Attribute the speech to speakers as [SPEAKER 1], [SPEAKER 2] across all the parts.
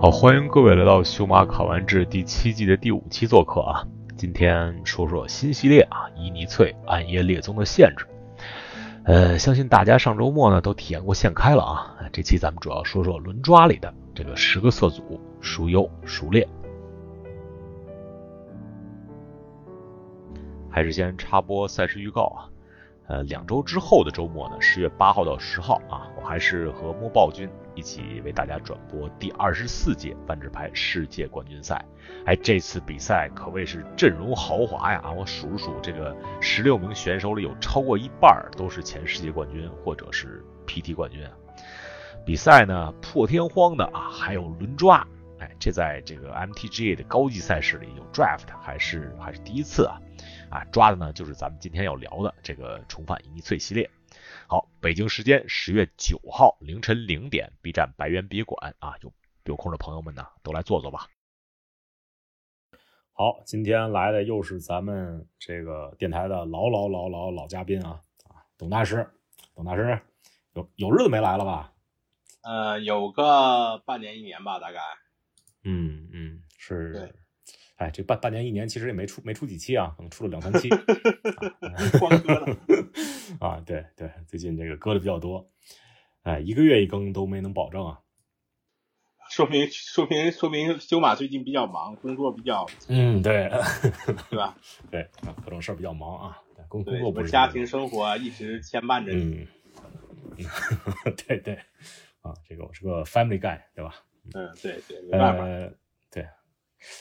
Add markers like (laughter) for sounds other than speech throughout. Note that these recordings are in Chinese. [SPEAKER 1] 好，欢迎各位来到《修马考完制》第七季的第五期做客啊。今天说说新系列啊，《伊尼翠暗夜猎踪》的限制。呃，相信大家上周末呢都体验过现开了啊。这期咱们主要说说轮抓里的这个十个色组，孰优孰劣。还是先插播赛事预告啊。呃，两周之后的周末呢，十月八号到十号啊，我还是和摸豹君一起为大家转播第二十四届万智牌世界冠军赛。哎，这次比赛可谓是阵容豪华呀！啊，我数了数，这个十六名选手里有超过一半儿都是前世界冠军或者是 PT 冠军啊。比赛呢破天荒的啊，还有轮抓，哎，这在这个 MTGA 的高级赛事里有 draft 还是还是第一次啊。啊，抓的呢就是咱们今天要聊的这个重返一翠系列。好，北京时间十月九号凌晨零点，B 站白猿别馆啊，有有空的朋友们呢都来坐坐吧。
[SPEAKER 2] 好，今天来的又是咱们这个电台的老老老老老嘉宾啊啊，董大师，董大师有有日子没来了吧？
[SPEAKER 3] 呃，有个半年一年吧，大概。
[SPEAKER 2] 嗯嗯，是
[SPEAKER 3] 对。
[SPEAKER 2] 哎，这半半年一年其实也没出没出几期啊，可能出了两三期。
[SPEAKER 3] 光哥呢？ (laughs)
[SPEAKER 2] (laughs) 啊，对对，最近这个割的比较多，哎，一个月一更都没能保证啊。
[SPEAKER 3] 说明说明说明修马最近比较忙，工作比较
[SPEAKER 2] 嗯，对，
[SPEAKER 3] 对吧？
[SPEAKER 2] (laughs) 对，啊各种事儿比较忙啊，但工工
[SPEAKER 3] 对，
[SPEAKER 2] 作
[SPEAKER 3] 什
[SPEAKER 2] 不
[SPEAKER 3] 么
[SPEAKER 2] 是
[SPEAKER 3] 家
[SPEAKER 2] 这样
[SPEAKER 3] 庭生活啊一直牵绊着你。
[SPEAKER 2] 嗯，对对，啊，这个我是个 family guy，对吧？
[SPEAKER 3] 嗯，对对，没办法。
[SPEAKER 2] 呃，对，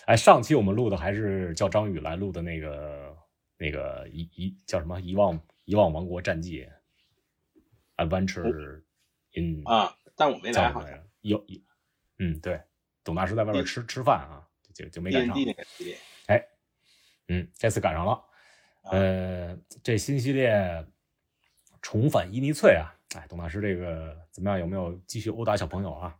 [SPEAKER 2] 哎，上期我们录的还是叫张宇来录的那个那个遗遗叫什么遗忘遗忘王国战记，Adventure
[SPEAKER 3] 哦
[SPEAKER 2] in
[SPEAKER 3] 啊，但我没
[SPEAKER 2] 叫
[SPEAKER 3] 来，
[SPEAKER 2] 什
[SPEAKER 3] 好
[SPEAKER 2] 么
[SPEAKER 3] 像
[SPEAKER 2] 呀？有有，嗯，对，董大师在外边吃吃饭啊，就就没赶
[SPEAKER 3] D N
[SPEAKER 2] 上
[SPEAKER 3] D。那个系列。
[SPEAKER 2] 嗯，这次赶上了。
[SPEAKER 3] 啊
[SPEAKER 2] 呃，这新系列重返伊尼翠啊，哎，董大师这个怎么样？有没有继续殴打小朋友啊？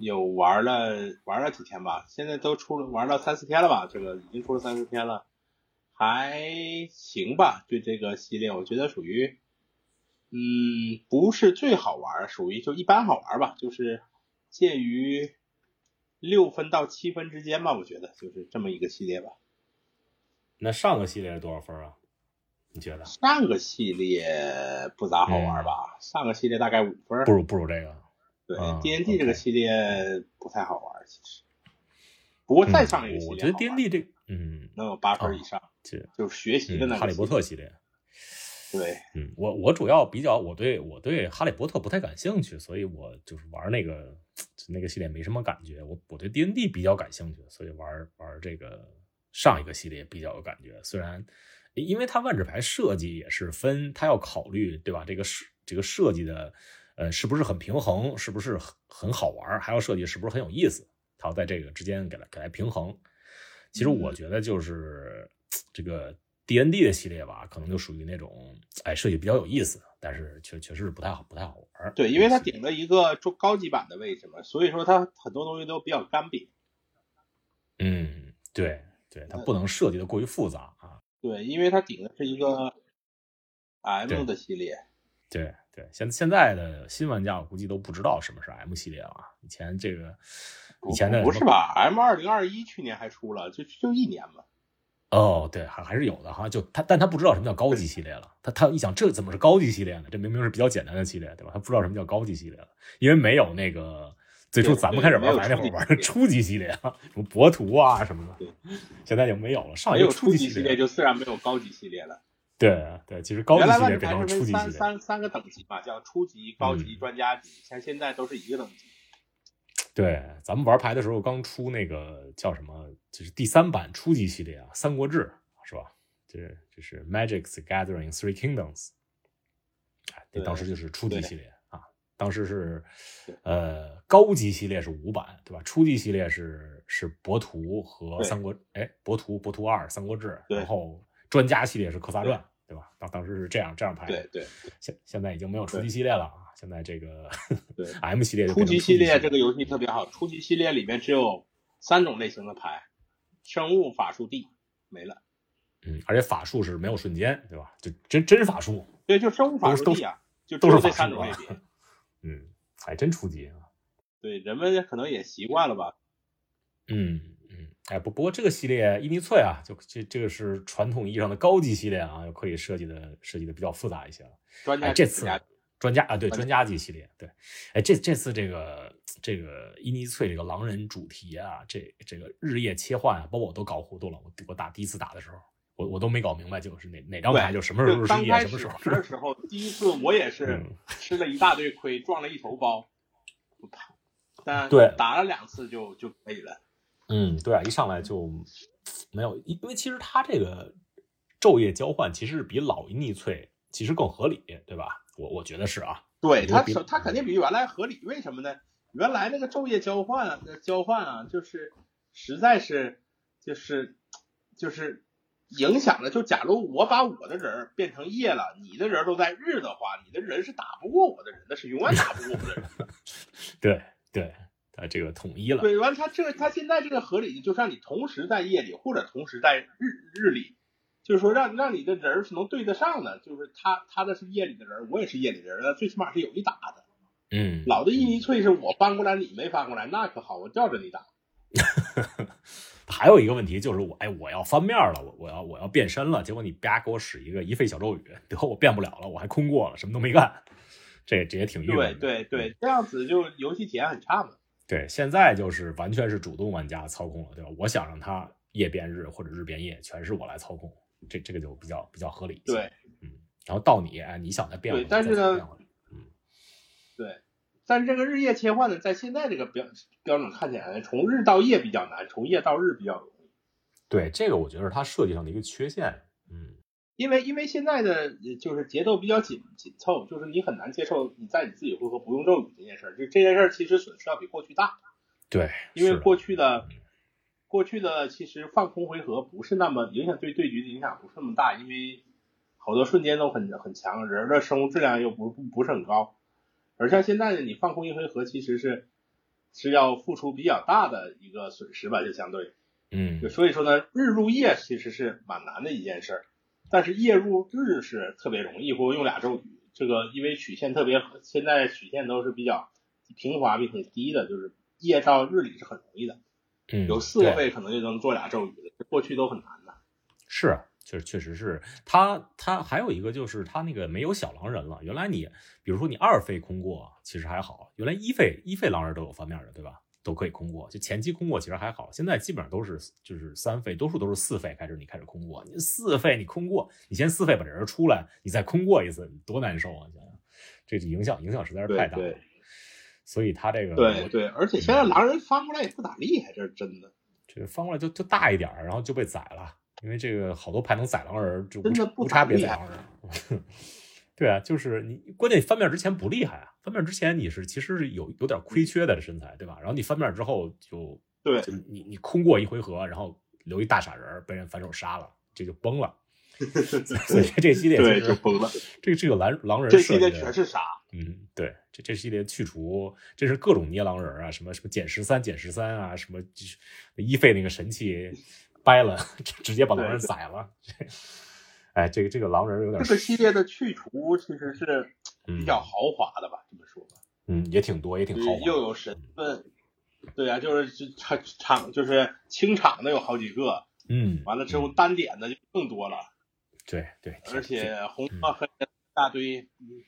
[SPEAKER 3] 有玩了玩了几天吧，现在都出了玩了三四天了吧，这个已经出了三四天了，还行吧。对这个系列，我觉得属于，嗯，不是最好玩，属于就一般好玩吧，就是介于六分到七分之间吧，我觉得就是这么一个系列吧。
[SPEAKER 2] 那上个系列是多少分啊？你觉得
[SPEAKER 3] 上个系列不咋好玩吧，上个系列大概五分儿，
[SPEAKER 2] 嗯不如不如这个？
[SPEAKER 3] 对
[SPEAKER 2] 啊
[SPEAKER 3] D N
[SPEAKER 2] OK
[SPEAKER 3] D 这个系列不太好玩，其实。不过再上一个
[SPEAKER 2] 嗯
[SPEAKER 3] 系列好
[SPEAKER 2] 我
[SPEAKER 3] 玩、
[SPEAKER 2] 觉得 D N D 这嗯，
[SPEAKER 3] 能有八
[SPEAKER 2] 啊
[SPEAKER 3] 分以上，
[SPEAKER 2] 这
[SPEAKER 3] 就是学习的
[SPEAKER 2] 嗯
[SPEAKER 3] 那个、
[SPEAKER 2] 哈利波特》系列，
[SPEAKER 3] 对，
[SPEAKER 2] 嗯，我我主要比较我对我对哈利波特不太感兴趣，所以我就是玩那个那个系列没什么感觉。我我对 D N D 比较感兴趣，所以玩玩这个上一个系列比较有感觉。虽然因为它万智牌设计也是分，它要考虑对吧？这个设这个设计的呃是不是很平衡，是不是很很好玩，还要设计是不是很有意思，它要在这个之间给它给它平衡。其实
[SPEAKER 3] 嗯
[SPEAKER 2] 我觉得就是这个 D N D 的系列吧，可能就属于那种哎设计比较有意思，但是确确实不太好不太好玩儿。
[SPEAKER 3] 对，因为它顶着一个中高级版的位置嘛，所以说它很多东西都比较干瘪。
[SPEAKER 2] 嗯对对，
[SPEAKER 3] 嗯
[SPEAKER 2] 它不能设计的过于复杂啊。
[SPEAKER 3] 对，因为它顶的是一个 M
[SPEAKER 2] 对
[SPEAKER 3] 的系列，
[SPEAKER 2] 对对，现现在的新玩家我估计都不知道什么是 M 系列了啊。以前这个以前的
[SPEAKER 3] 不不
[SPEAKER 2] 什
[SPEAKER 3] 是
[SPEAKER 2] 么
[SPEAKER 3] 吧？M 二零二一去年还出了，就就一年嘛。
[SPEAKER 2] 哦，对，还还是有的哈。就他，但他不知道什么叫高级系列了。他他一想，这怎么是高级系列呢？这明明是比较简单的系列，对吧？他不知道什么叫高级系列了，因为没有那个最初
[SPEAKER 3] 对
[SPEAKER 2] 咱们
[SPEAKER 3] 对
[SPEAKER 2] 开始
[SPEAKER 3] 没
[SPEAKER 2] 玩牌
[SPEAKER 3] 有
[SPEAKER 2] 那
[SPEAKER 3] 初
[SPEAKER 2] 会儿
[SPEAKER 3] 级
[SPEAKER 2] 玩
[SPEAKER 3] 系
[SPEAKER 2] 的
[SPEAKER 3] 列
[SPEAKER 2] 初级系列啊，什么博图啊什么的
[SPEAKER 3] 对，
[SPEAKER 2] 现在已经没有了。上哦一
[SPEAKER 3] 没
[SPEAKER 2] 个
[SPEAKER 3] 有初
[SPEAKER 2] 级
[SPEAKER 3] 级
[SPEAKER 2] 系
[SPEAKER 3] 系列，就自然没有高级系列了。
[SPEAKER 2] 对对，其实高级
[SPEAKER 3] 原来
[SPEAKER 2] 系
[SPEAKER 3] 万
[SPEAKER 2] 列
[SPEAKER 3] 智
[SPEAKER 2] 变
[SPEAKER 3] 牌
[SPEAKER 2] 成了初
[SPEAKER 3] 是分
[SPEAKER 2] 级系
[SPEAKER 3] 三
[SPEAKER 2] 列。
[SPEAKER 3] 三三个等级嘛，叫初级、高级、
[SPEAKER 2] 嗯
[SPEAKER 3] 专家级，像现在都是一个等级。
[SPEAKER 2] 对，咱们玩牌的时候刚出那个叫什么，就是第三版初级系列啊，《三国志》是吧？就是就是 Magic's Gathering Three Kingdoms，哎，这
[SPEAKER 3] 对
[SPEAKER 2] 当时就是初级
[SPEAKER 3] 对
[SPEAKER 2] 系列啊，当时是
[SPEAKER 3] 对
[SPEAKER 2] 呃高级系列是五版对吧？初级系列是是博图和
[SPEAKER 3] 对
[SPEAKER 2] 三国，哎，博图博图二《三国志》，
[SPEAKER 3] 对
[SPEAKER 2] 然后专家系列是《科萨传》，对吧？当当时是这样这样排的，
[SPEAKER 3] 对对
[SPEAKER 2] 现现在已经没有初级
[SPEAKER 3] 对
[SPEAKER 2] 系列了啊，现在这个
[SPEAKER 3] 对
[SPEAKER 2] (laughs) M 系列就
[SPEAKER 3] 初
[SPEAKER 2] 变成
[SPEAKER 3] 级
[SPEAKER 2] 系
[SPEAKER 3] 系列这个游戏特别好，初级系列里面只有三种类型的牌：生物、法术、地，没了。
[SPEAKER 2] 嗯，而且法术是没有瞬间，对吧？就真真法术，
[SPEAKER 3] 对，就生物、法
[SPEAKER 2] 都
[SPEAKER 3] 术、
[SPEAKER 2] 都
[SPEAKER 3] 地啊，就只
[SPEAKER 2] 都是
[SPEAKER 3] 有这
[SPEAKER 2] 法
[SPEAKER 3] 三
[SPEAKER 2] 术
[SPEAKER 3] 种
[SPEAKER 2] 啊
[SPEAKER 3] 类别。
[SPEAKER 2] 嗯，还真初级啊。
[SPEAKER 3] 对，人们可能也习惯了吧。
[SPEAKER 2] 嗯嗯，哎，不不过这个系列伊尼翠啊，就这这个是传统意义上的高级系列啊，可以设计的设计的比较复杂一些了。
[SPEAKER 3] 专家
[SPEAKER 2] 哎，这次
[SPEAKER 3] 专家
[SPEAKER 2] 专家啊，对，
[SPEAKER 3] 专
[SPEAKER 2] 专家级系列，对，哎，这这次这个这个伊尼翠这个狼人主题啊，这这个日夜切换啊，把我都搞糊涂了。我我打第一次打的时候，我我都没搞明白，就是哪哪张
[SPEAKER 3] 对
[SPEAKER 2] 牌就什么时候
[SPEAKER 3] 就是刚
[SPEAKER 2] 日夜，
[SPEAKER 3] 开
[SPEAKER 2] 什么
[SPEAKER 3] 始
[SPEAKER 2] 时候
[SPEAKER 3] 玩的
[SPEAKER 2] 是。
[SPEAKER 3] 时候，第一次我也是
[SPEAKER 2] 嗯
[SPEAKER 3] 吃了一大堆亏，撞了一头包，不怕。但
[SPEAKER 2] 对
[SPEAKER 3] 打了两次就就可以了。
[SPEAKER 2] 嗯，对啊，一上来就没有，因因为其实它这个昼夜交换其实比老逆萃其实更合理，对吧？我我觉得是啊，
[SPEAKER 3] 对
[SPEAKER 2] 你
[SPEAKER 3] 它
[SPEAKER 2] 就比
[SPEAKER 3] 首，它肯定比原来合理。为什么呢？原来那个昼夜交换啊，那交换啊，就是实在是就是就是影响了。就假如我把我的人儿变成夜了，你的人儿都在日的话，你的人是打不过我的人的，是永远打不过我的人。 (laughs)
[SPEAKER 2] 对对，它这个统一了，
[SPEAKER 3] 对，完他这他现在这个合理，就让你同时在夜里或者同时在日日里，就是说让让你的人儿是能对得上的，就是他他的是夜里的人儿，我也是夜里的人儿，那最起码是有一打的。
[SPEAKER 2] 嗯，
[SPEAKER 3] 老的印尼翠是我翻过来你没翻过来，那可好，我吊着你打。
[SPEAKER 2] 还有一个问题就是我，哎，我要翻面了，我我要我要变身了，结果你啪给我使一个一费小咒语，得我变不了了，我还空过了，什么都没干，这这也挺郁
[SPEAKER 3] 对
[SPEAKER 2] 闷的。
[SPEAKER 3] 对对，嗯这样子就游戏体验很差嘛。
[SPEAKER 2] 对，现在就是完全是主动玩家操控了，对吧？我想让它夜变日或者日变夜，全是我来操控，这这个就比较比较合理。
[SPEAKER 3] 对，
[SPEAKER 2] 嗯，然后到你，哎，你想再变回
[SPEAKER 3] 对
[SPEAKER 2] 来，
[SPEAKER 3] 但是
[SPEAKER 2] 再
[SPEAKER 3] 呢
[SPEAKER 2] 变回来
[SPEAKER 3] 对，但是这个日夜切换呢，在现在这个标标准看起来，从日到夜比较难，从夜到日比较容易。
[SPEAKER 2] 对这个我觉得是它设计上的一个缺陷。嗯，
[SPEAKER 3] 因为因为现在的呃就是节奏比较紧紧凑，就是你很难接受你在你自己回合不用咒语这件事儿，就这件事儿其实损失要比过去大，
[SPEAKER 2] 对，
[SPEAKER 3] 因为
[SPEAKER 2] 是的
[SPEAKER 3] 过去的过去的其实放空回合不是那么影响对对局的影响不是那么大，因为好多瞬间都很很强，人儿的生物质量又不不不是很高，而像现在呢，你放空一回合其实是是要付出比较大的一个损失吧，就相对。
[SPEAKER 2] 嗯
[SPEAKER 3] 就所以说呢，日入夜其实是蛮难的一件事儿，但是夜入日是特别容易，或者用俩咒语。这个因为曲线特别，现在曲线都是比较平滑并且低的，就是夜到日里是很容易的，
[SPEAKER 2] 嗯
[SPEAKER 3] 有四个
[SPEAKER 2] 对
[SPEAKER 3] 位可能就能做俩咒语了，过去都很难的。
[SPEAKER 2] 是，确确实是他他还有一个就是他那个没有小狼人了。原来你比如说你二费空过，其实还好。原来一费一费狼人都有翻面的，对吧？都可以空过，就前期空过其实还好，现在基本上都是就是三费，多数都是四费开始你开始空过，你四费你空过，你先四费把这人出来，你再空过一次，你多难受啊！你想想，这影响影响实在是
[SPEAKER 3] 对
[SPEAKER 2] 太大
[SPEAKER 3] 对
[SPEAKER 2] 了。所以他这个
[SPEAKER 3] 对
[SPEAKER 2] 嗯我
[SPEAKER 3] 对，而且现在狼人翻过来也不咋厉害，这是真的，
[SPEAKER 2] 这个翻过来就就大一点儿，然后就被宰了，因为这个好多牌能宰狼人儿，就无
[SPEAKER 3] 真的
[SPEAKER 2] 差
[SPEAKER 3] 不
[SPEAKER 2] 无差
[SPEAKER 3] 咋啊
[SPEAKER 2] 别
[SPEAKER 3] 厉
[SPEAKER 2] 宰
[SPEAKER 3] 害
[SPEAKER 2] 狼人儿。 (laughs) 对啊，就是你关键翻面之前不厉害啊，翻面之前你是其实是有有点
[SPEAKER 3] 嗯
[SPEAKER 2] 亏缺的身材，对吧？然后你翻面之后就
[SPEAKER 3] 对
[SPEAKER 2] 就你你空过一回合，然后留一大傻人儿被人反手杀了，这就崩了。 (laughs) 所以这系列
[SPEAKER 3] 对，
[SPEAKER 2] 其
[SPEAKER 3] 就
[SPEAKER 2] 实
[SPEAKER 3] 崩了。
[SPEAKER 2] 这个这个狼狼人
[SPEAKER 3] 这
[SPEAKER 2] 设
[SPEAKER 3] 系列
[SPEAKER 2] 计的
[SPEAKER 3] 全是啥？
[SPEAKER 2] 嗯，对，这这系列去除，这是各种捏狼人儿啊，什么什么减十三、减十三啊，什么就是一费那个神器掰了， (laughs) 直直接把狼人宰了。 (laughs) 哎，这个这个狼人有点
[SPEAKER 3] 这个系列的去除其实是比较豪华的吧，这么说吧。
[SPEAKER 2] 嗯，嗯，也挺多，也挺豪
[SPEAKER 3] 对，
[SPEAKER 2] 华。
[SPEAKER 3] 又有神盾，对啊，就是场场就是清场的有好几个，
[SPEAKER 2] 嗯，
[SPEAKER 3] 完了之后
[SPEAKER 2] 嗯
[SPEAKER 3] 单点的就更多了，
[SPEAKER 2] 对对，挺
[SPEAKER 3] 而
[SPEAKER 2] 挺
[SPEAKER 3] 且红啊黑一大堆，嗯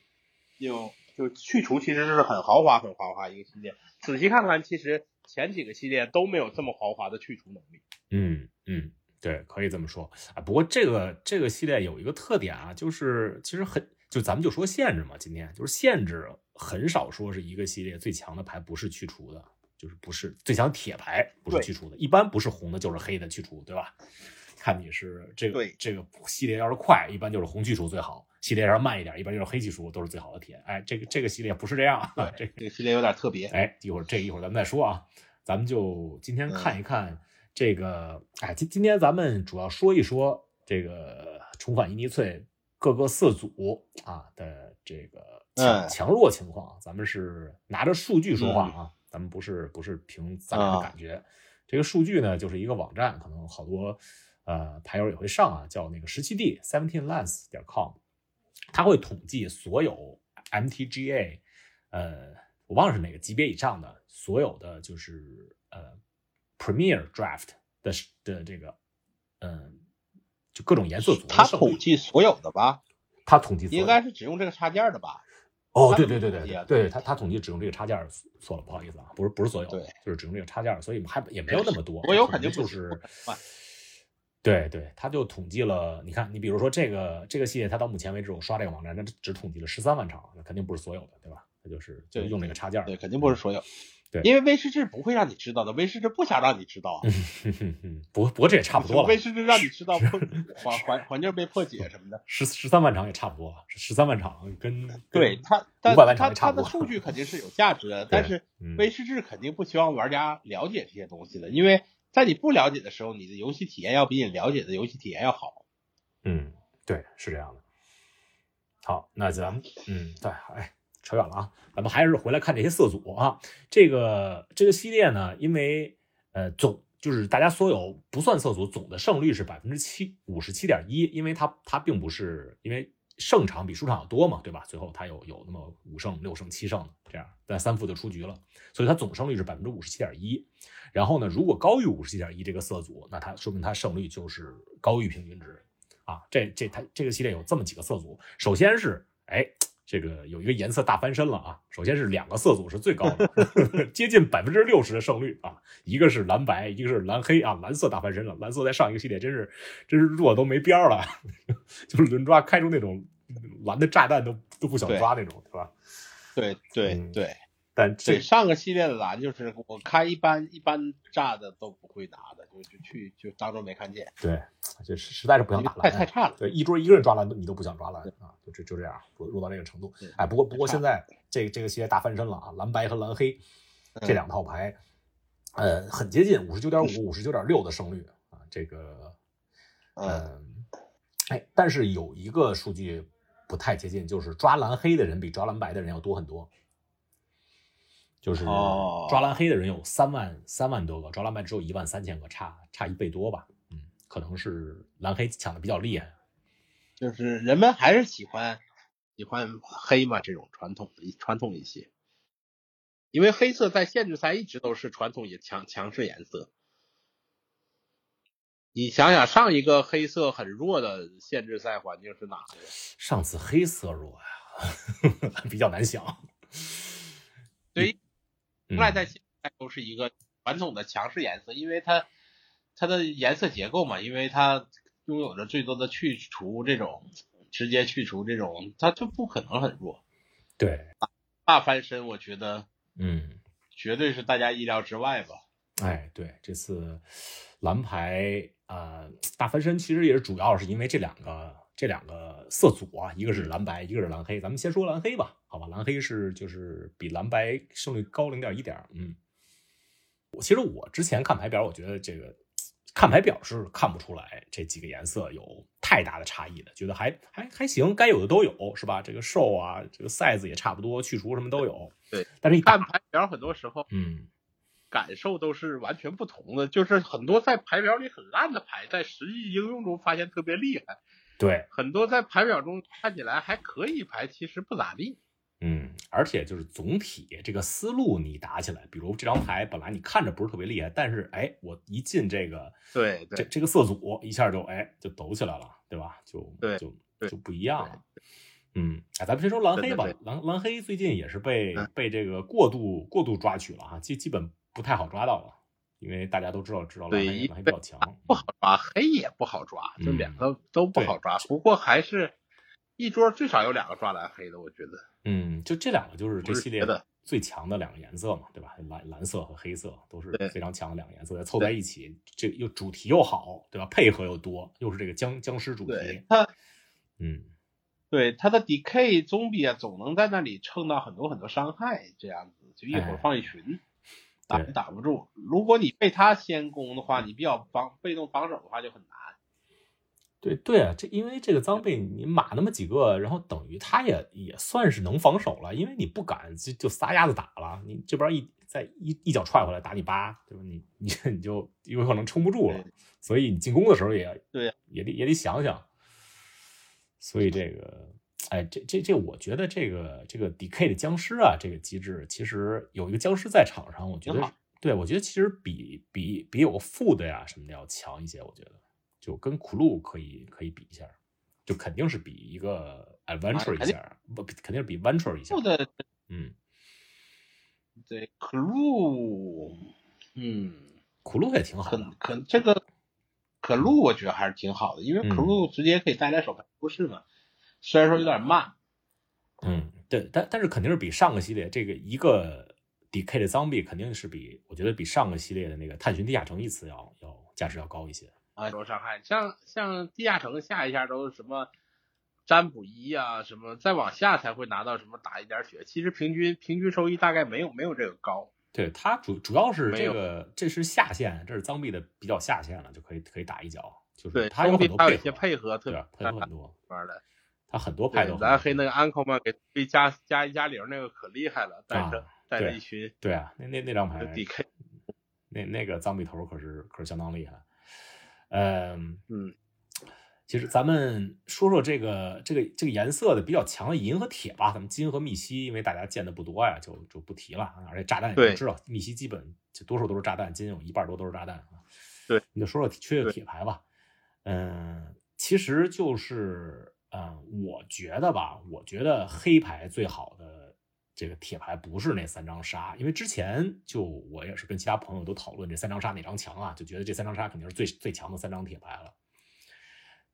[SPEAKER 3] 有就去除其实是很豪华很豪华一个系列。仔细看看，其实前几个系列都没有这么豪华的去除能力。
[SPEAKER 2] 嗯嗯，对，可以这么说啊。不过这个这个系列有一个特点啊，就是其实很就咱们就说限制嘛，今天就是限制很少说是一个系列最强的牌不是去除的，就是不是最强铁牌不是
[SPEAKER 3] 对
[SPEAKER 2] 去除的，一般不是红的就是黑的去除，对吧？看你是这个
[SPEAKER 3] 对
[SPEAKER 2] 这个系列要是快，一般就是红去除最好；系列要是慢一点，一般就是黑去除都是最好的铁。哎，这个这个系列不是这样啊，这
[SPEAKER 3] 这个系列有点特别，
[SPEAKER 2] 哎，一会儿这一会儿咱们再说啊，咱们就今天看
[SPEAKER 3] 嗯
[SPEAKER 2] 一看这个，哎，今今天咱们主要说一说这个重返伊尼翠各个色组啊的这个强
[SPEAKER 3] 嗯
[SPEAKER 2] 强弱情况，啊咱们是拿着数据说话啊，咱们不是不是凭咱俩的
[SPEAKER 3] 啊
[SPEAKER 2] 感觉，这个数据呢就是一个网站，可能好多呃牌友也会上啊，叫那个十七 D seventeen lens 点 com，它会统计所有 MTGA 呃我忘了是哪个级别以上的所有的就是呃 Premier Draft 的的这个嗯、就各种颜色组合的
[SPEAKER 3] 他
[SPEAKER 2] 胜
[SPEAKER 3] 统
[SPEAKER 2] 率
[SPEAKER 3] 计所有的吧，
[SPEAKER 2] 他统计所有
[SPEAKER 3] 应该是只用这个插件的吧？
[SPEAKER 2] 哦，
[SPEAKER 3] 他
[SPEAKER 2] 对
[SPEAKER 3] 们
[SPEAKER 2] 对对
[SPEAKER 3] 统计
[SPEAKER 2] 对
[SPEAKER 3] 啊
[SPEAKER 2] 对，他他统计只用这个插件儿算了，不好意思啊，不是不是所有，
[SPEAKER 3] 对，
[SPEAKER 2] 就是只用这个插件儿，所以还也没有那么多，
[SPEAKER 3] 所有
[SPEAKER 2] 他
[SPEAKER 3] 肯
[SPEAKER 2] 统
[SPEAKER 3] 定
[SPEAKER 2] 计
[SPEAKER 3] 不
[SPEAKER 2] 就
[SPEAKER 3] 行
[SPEAKER 2] 是
[SPEAKER 3] 不可能嘛，
[SPEAKER 2] 对对，他就统计了，你看，你比如说这个这个系列，他到目前为止我刷这个网站，它只统计了十三万场，那肯定不是所有的，对吧？那就是就
[SPEAKER 3] 对
[SPEAKER 2] 用这个插件儿，
[SPEAKER 3] 对，肯定不是所有。
[SPEAKER 2] 对
[SPEAKER 3] 因为威士忌不会让你知道的，威士忌不想让你知道啊。 (laughs)
[SPEAKER 2] 嗯， (laughs) 不过不过这也差不多了
[SPEAKER 3] 威，士忌让你知道
[SPEAKER 2] (laughs)
[SPEAKER 3] 破环环环境被破解什么的。
[SPEAKER 2] 十十三万场也差不多了，十三万场跟跟
[SPEAKER 3] 对他，但
[SPEAKER 2] 500万场
[SPEAKER 3] 他
[SPEAKER 2] 也差
[SPEAKER 3] 他
[SPEAKER 2] 不多
[SPEAKER 3] 的数据肯定是有价
[SPEAKER 2] (laughs)
[SPEAKER 3] 值的，但是
[SPEAKER 2] 嗯
[SPEAKER 3] 威士忌肯定不希望玩家了解这些东西的，因为在你不了解的时候，你的游戏体验要比你了解的游戏体验要好。
[SPEAKER 2] 嗯，对，是这样的。好，那咱们嗯，对，哎，扯远了啊，咱们还是回来看这些色组啊。这个这个系列呢，因为呃总就是大家所有不算色组总的胜率是百分之七五十七点一，因为它它并不是因为胜场比输场要多嘛，对吧？最后它有有那么五胜、六胜、七胜的这样，但三负就出局了，所以它总胜率是百分之五十七点一。然后呢，如果高于五十七点一这个色组，那它说明它胜率就是高于平均值。啊，这这它这个系列有这么几个色组，首先是哎，这个有一个颜色大翻身了啊，首先是两个色组是最高的， (laughs) 接近百分之六十的胜率啊，一个是蓝白，一个是蓝黑啊，蓝色大翻身了，蓝色在上一个系列真是真是弱都没边儿了， (laughs) 就是轮抓开出那种蓝的炸弹都都不想
[SPEAKER 3] 对
[SPEAKER 2] 抓那种，对吧？
[SPEAKER 3] 对对
[SPEAKER 2] 嗯
[SPEAKER 3] 对
[SPEAKER 2] 但这
[SPEAKER 3] 对，上个系列的蓝就是我看一般一般炸的都不会拿的，就就去就当做没看见，
[SPEAKER 2] 对，这实实在是不想
[SPEAKER 3] 因为
[SPEAKER 2] 打哎
[SPEAKER 3] 太
[SPEAKER 2] 蓝，
[SPEAKER 3] 太差了。
[SPEAKER 2] 对，一桌一个人抓篮你都不想抓篮啊，就就就这样弱弱到这个程度
[SPEAKER 3] 对。啊
[SPEAKER 2] 哎，不过不过
[SPEAKER 3] 差
[SPEAKER 2] 现在这这个系列大翻身了啊，蓝白和蓝黑这
[SPEAKER 3] 嗯
[SPEAKER 2] 两套牌，呃，很接近五十九点五、五十九点六的胜率啊，这个
[SPEAKER 3] 嗯，
[SPEAKER 2] 嗯，哎，但是有一个数据不太接近，就是抓蓝黑的人比抓蓝白的人要多很多。就是
[SPEAKER 3] 哦
[SPEAKER 2] 抓蓝黑的人有三万三万多个，抓蓝白只有一万三千个，差差一倍多吧。嗯，可能是蓝黑抢的比较厉害。
[SPEAKER 3] 就是人们还是喜欢喜欢黑嘛这种传统的传统一些，因为黑色在限制赛一直都是传统也强强势颜色。你想想，上一个黑色很弱的限制赛环境是哪个呀？
[SPEAKER 2] 上次黑色弱呀、 (laughs) 比较难想。
[SPEAKER 3] 所以
[SPEAKER 2] 嗯，
[SPEAKER 3] 赖在现在都是一个传统的强势颜色，因为它它的颜色结构嘛，因为它拥有着最多的去除这种直接去除这种，它就不可能很弱。
[SPEAKER 2] 对，
[SPEAKER 3] 大翻身，我觉得
[SPEAKER 2] 嗯，
[SPEAKER 3] 绝对是大家意料之外吧。
[SPEAKER 2] 哎，对，这次蓝牌呃大翻身其实也是主要是因为这两个这两个色组啊，一个是蓝白，一个是蓝黑。咱们先说蓝黑吧，好吧？蓝黑是就是比蓝白胜率高零点一点儿，嗯。我其实我之前看牌表，我觉得这个看牌表是看不出来这几个颜色有太大的差异的，觉得还还还行，该有的都有，是吧？这个瘦啊，这个 size 也差不多，去除什么都有。
[SPEAKER 3] 对，
[SPEAKER 2] 但是一
[SPEAKER 3] 看
[SPEAKER 2] 打，
[SPEAKER 3] 牌表很多时候
[SPEAKER 2] 嗯，
[SPEAKER 3] 感受都是完全不同的，就是很多在牌表里很烂的牌，在实际应用中发现特别厉害；
[SPEAKER 2] 对，
[SPEAKER 3] 很多在牌表中看起来还可以牌，其实不咋地。
[SPEAKER 2] 嗯，而且就是总体这个思路你打起来，比如这张牌本来你看着不是特别厉害，但是哎，我一进这个
[SPEAKER 3] 对
[SPEAKER 2] 这
[SPEAKER 3] 对
[SPEAKER 2] 这个色组一下就哎就抖起来了，对吧？就
[SPEAKER 3] 对
[SPEAKER 2] 就
[SPEAKER 3] 对
[SPEAKER 2] 就不一样了。嗯，哎，咱们先说蓝黑吧
[SPEAKER 3] 对对。
[SPEAKER 2] 蓝蓝黑最近也是被
[SPEAKER 3] 嗯
[SPEAKER 2] 被这个过度过度抓取了哈，基基本不太好抓到了，因为大家都知道知道蓝
[SPEAKER 3] 对
[SPEAKER 2] 黑
[SPEAKER 3] 一
[SPEAKER 2] 蓝
[SPEAKER 3] 啊
[SPEAKER 2] 黑比较强，
[SPEAKER 3] 不好抓，黑也不好抓，就
[SPEAKER 2] 嗯
[SPEAKER 3] 两个都不好抓。不过还是一桌最少有两个抓蓝黑的，我觉得。
[SPEAKER 2] 嗯，就这两个就是这
[SPEAKER 3] 我是
[SPEAKER 2] 系列
[SPEAKER 3] 觉得
[SPEAKER 2] 最强的两个颜色嘛，对吧？蓝蓝色和黑色都是
[SPEAKER 3] 对
[SPEAKER 2] 非常强的两个颜色，再凑在一起，这又主题又好，对吧？配合又多，又是这个僵僵尸主
[SPEAKER 3] 对
[SPEAKER 2] 题，
[SPEAKER 3] 他，
[SPEAKER 2] 嗯，
[SPEAKER 3] 对他的 DK 总比啊，总能在那里蹭到很多很多伤害，这样子就一会儿
[SPEAKER 2] 哎
[SPEAKER 3] 放一群，打
[SPEAKER 2] 对
[SPEAKER 3] 打不住。如果你被他先攻的话，你比较防被动防守的话就很难。
[SPEAKER 2] 对对啊，这因为这个脏被你码那么几个，然后等于他也也算是能防守了，因为你不敢就就撒丫子打了，你这边一再一一脚踹回来打你八，对吧？你你 (laughs) 你就有可能撑不住了，所以你进攻的时候也
[SPEAKER 3] 对啊
[SPEAKER 2] 也得也得想想，所以这个哎，这这这，我觉得这个这个 DK 的僵尸啊，这个机制其实有一个僵尸在场上，我觉
[SPEAKER 3] 挺
[SPEAKER 2] 得
[SPEAKER 3] 好
[SPEAKER 2] 对，我觉得其实比比比有个副的呀什么的要强一些，我觉得就跟库鲁可以可以比一下，就肯定是比一个 adventure 一
[SPEAKER 3] 啊肯定
[SPEAKER 2] 下，不肯定是比 venture 一下
[SPEAKER 3] 后，的
[SPEAKER 2] 嗯，
[SPEAKER 3] 对 Clue，嗯，
[SPEAKER 2] 库鲁也挺好
[SPEAKER 3] 可
[SPEAKER 2] 的，
[SPEAKER 3] 可这个可露我觉得还是挺好的，因为
[SPEAKER 2] 嗯
[SPEAKER 3] 可露直接可以带来手牌优势嘛，虽然说有点慢，
[SPEAKER 2] 嗯，对，但但是肯定是比上个系列这个一个 DK 的 zombie 肯定是比我觉得比上个系列的那个探寻地下城一次要要价值要高一些，
[SPEAKER 3] 啊，受伤害。像像地下城下一下都是什么占卜一啊，什么再往下才会拿到什么打一点血。其实平均平均收益大概没有没有这个高。
[SPEAKER 2] 对它主主要是
[SPEAKER 3] 没
[SPEAKER 2] 这
[SPEAKER 3] 有
[SPEAKER 2] 个，这是下线，这是脏币的比较下线了，就可以可以打一脚，就是
[SPEAKER 3] 对，
[SPEAKER 2] 它有
[SPEAKER 3] 中
[SPEAKER 2] 很
[SPEAKER 3] 间
[SPEAKER 2] 多
[SPEAKER 3] 还
[SPEAKER 2] 配
[SPEAKER 3] 有一些
[SPEAKER 2] 合，
[SPEAKER 3] 配合特
[SPEAKER 2] 对啊
[SPEAKER 3] 别
[SPEAKER 2] 吧，配合很多，
[SPEAKER 3] 玩的。
[SPEAKER 2] 它很多牌
[SPEAKER 3] 对
[SPEAKER 2] 都，很
[SPEAKER 3] 咱黑那
[SPEAKER 2] 多
[SPEAKER 3] 个安 n c 给给加加一加零那个可厉害了，带着、
[SPEAKER 2] 啊
[SPEAKER 3] 带着
[SPEAKER 2] 对
[SPEAKER 3] 一群
[SPEAKER 2] 对啊，那那那张牌，
[SPEAKER 3] DK，
[SPEAKER 2] 那那个脏笔头可是可是相当厉害，嗯，
[SPEAKER 3] 嗯，
[SPEAKER 2] 其实咱们说说这个这个这个颜色的比较强的银和铁吧，咱们金和密西，因为大家见的不多呀，就就不提了啊。而且炸弹也
[SPEAKER 3] 对
[SPEAKER 2] 都知道，密西基本就多数都是炸弹，金有一半多都是炸弹啊。
[SPEAKER 3] 对，
[SPEAKER 2] 你就说说缺的
[SPEAKER 3] 对
[SPEAKER 2] 铁牌吧。嗯、其实就是嗯、呃我觉得吧，我觉得黑牌最好的这个铁牌不是那三张杀，因为之前就我也是跟其他朋友都讨论这三张杀哪张强啊，就觉得这三张杀肯定是最最强的三张铁牌了。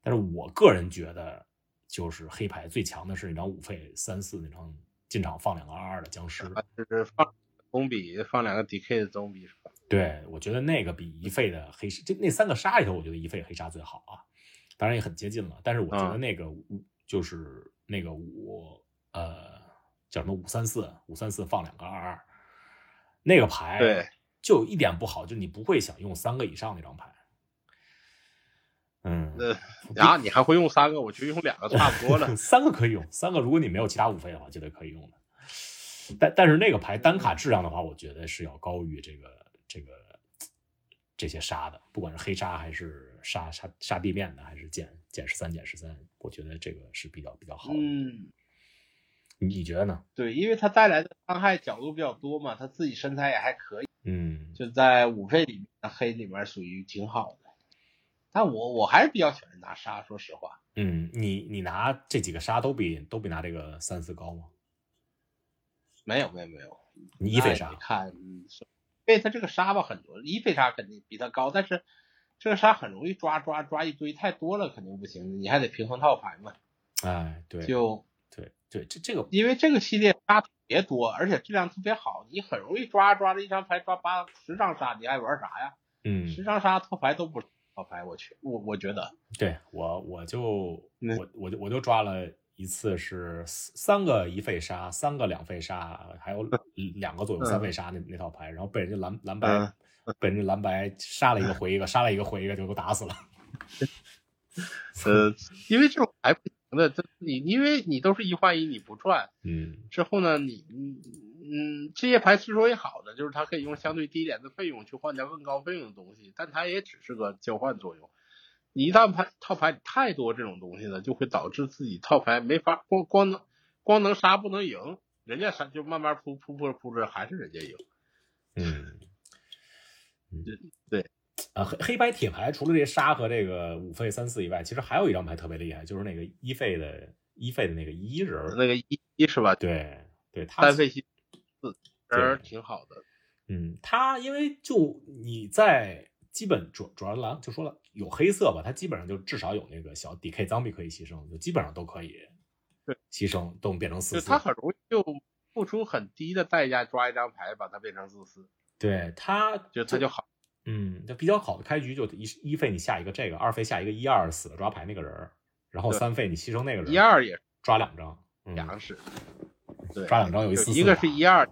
[SPEAKER 2] 但是我个人觉得，就是黑牌最强的是那张五费三四那张进场放两个二二的僵尸，
[SPEAKER 3] 啊，就是放总比放两个 DK 的总比是吧？
[SPEAKER 2] 对我觉得那个比一费的黑这那三个杀里头，我觉得一费黑杀最好啊，当然也很接近了。但是我觉得
[SPEAKER 3] 嗯
[SPEAKER 2] 那个五就是那个五呃叫什么五三四五三四放两个二二，那个牌
[SPEAKER 3] 对
[SPEAKER 2] 就有一点不好，就你不会想用三个以上那张牌。嗯，。
[SPEAKER 3] 那然后你还会用三个，我就用两个差不多
[SPEAKER 2] (laughs)
[SPEAKER 3] 了
[SPEAKER 2] 三个可以用，三个如果你没有其他五费的话，觉得可以用的。但但是那个牌单卡质量的话，我觉得是要高于这个这个这些杀的，不管是黑杀还是杀杀杀地面的，还是减减十三减十三，我觉得这个是比较比较好的。
[SPEAKER 3] 嗯，
[SPEAKER 2] 你你觉得呢？
[SPEAKER 3] 对，因为它带来的伤害角度比较多嘛，它自己身材也还可以，
[SPEAKER 2] 嗯，
[SPEAKER 3] 就在五费里面黑里面属于挺好的。但我我还是比较喜欢拿杀，说实话，
[SPEAKER 2] 嗯，你你拿这几个杀都比都比拿这个三四高吗？
[SPEAKER 3] 没有没有没有，
[SPEAKER 2] 你一费
[SPEAKER 3] 那
[SPEAKER 2] 杀
[SPEAKER 3] 你，看，嗯是因为它这个杀吧很多，一费杀肯定比它高，但是这个杀很容易抓抓抓一堆，太多了肯定不行，你还得平衡套牌嘛。
[SPEAKER 2] 哎，对
[SPEAKER 3] 就
[SPEAKER 2] 对对，这这个
[SPEAKER 3] 因为这个系列杀特别多，而且质量特别好，你很容易抓抓着一张牌抓八十张杀，你爱玩啥呀？
[SPEAKER 2] 嗯，
[SPEAKER 3] 十张杀套牌都不是套牌，我去，我我觉得
[SPEAKER 2] 对我，我就
[SPEAKER 3] 嗯
[SPEAKER 2] 我我就我就抓了一次是四三个一费杀，三个两费杀，还
[SPEAKER 3] 嗯
[SPEAKER 2] 有嗯两个左右三费杀那那套牌，然后被人家蓝蓝白
[SPEAKER 3] 嗯
[SPEAKER 2] 被人家蓝白杀了一个回一个，杀了一个回一个就给我打死了。
[SPEAKER 3] 呃，因为这种牌不行的，这你你因为你都是一换一，你不赚
[SPEAKER 2] 嗯，
[SPEAKER 3] 之后呢，你你嗯这些牌之所以好呢，就是它可以用相对低廉的费用去换掉更高费用的东西，但它也只是个交换作用。你一旦牌套牌里太多这种东西呢，就会导致自己套牌没法光光能光能杀不能赢，人家杀就慢慢扑扑扑扑着还是人家赢。
[SPEAKER 2] 嗯，嗯
[SPEAKER 3] 对
[SPEAKER 2] 啊，黑黑白铁牌除了这杀和这个五费三四以外，其实还有一张牌特别厉害，就是那个一费的一费的那个一人儿，
[SPEAKER 3] 那个一一是吧？
[SPEAKER 2] 对对，他
[SPEAKER 3] 单费西四人儿挺好的。
[SPEAKER 2] 嗯，它因为就你在基本主主要蓝就说了有黑色吧，它基本上就至少有那个小 DK 脏币可以牺牲，就基本上都可以
[SPEAKER 3] 对
[SPEAKER 2] 牺牲，都变成四
[SPEAKER 3] 就
[SPEAKER 2] 四。
[SPEAKER 3] 他很容易就付出很低的代价抓一张牌，把它变成自私，
[SPEAKER 2] 对它
[SPEAKER 3] 就他就好。
[SPEAKER 2] 嗯，就比较好的开局就一一费你下一个这个，二费下一个一二死了抓牌那个人儿，然后
[SPEAKER 3] 对
[SPEAKER 2] 三费你牺牲那个人，
[SPEAKER 3] 一二也是
[SPEAKER 2] 抓两张，嗯，
[SPEAKER 3] 粮食，对，
[SPEAKER 2] 抓两张有一
[SPEAKER 3] 就
[SPEAKER 2] 四四
[SPEAKER 3] 一个
[SPEAKER 2] 打
[SPEAKER 3] 是一二，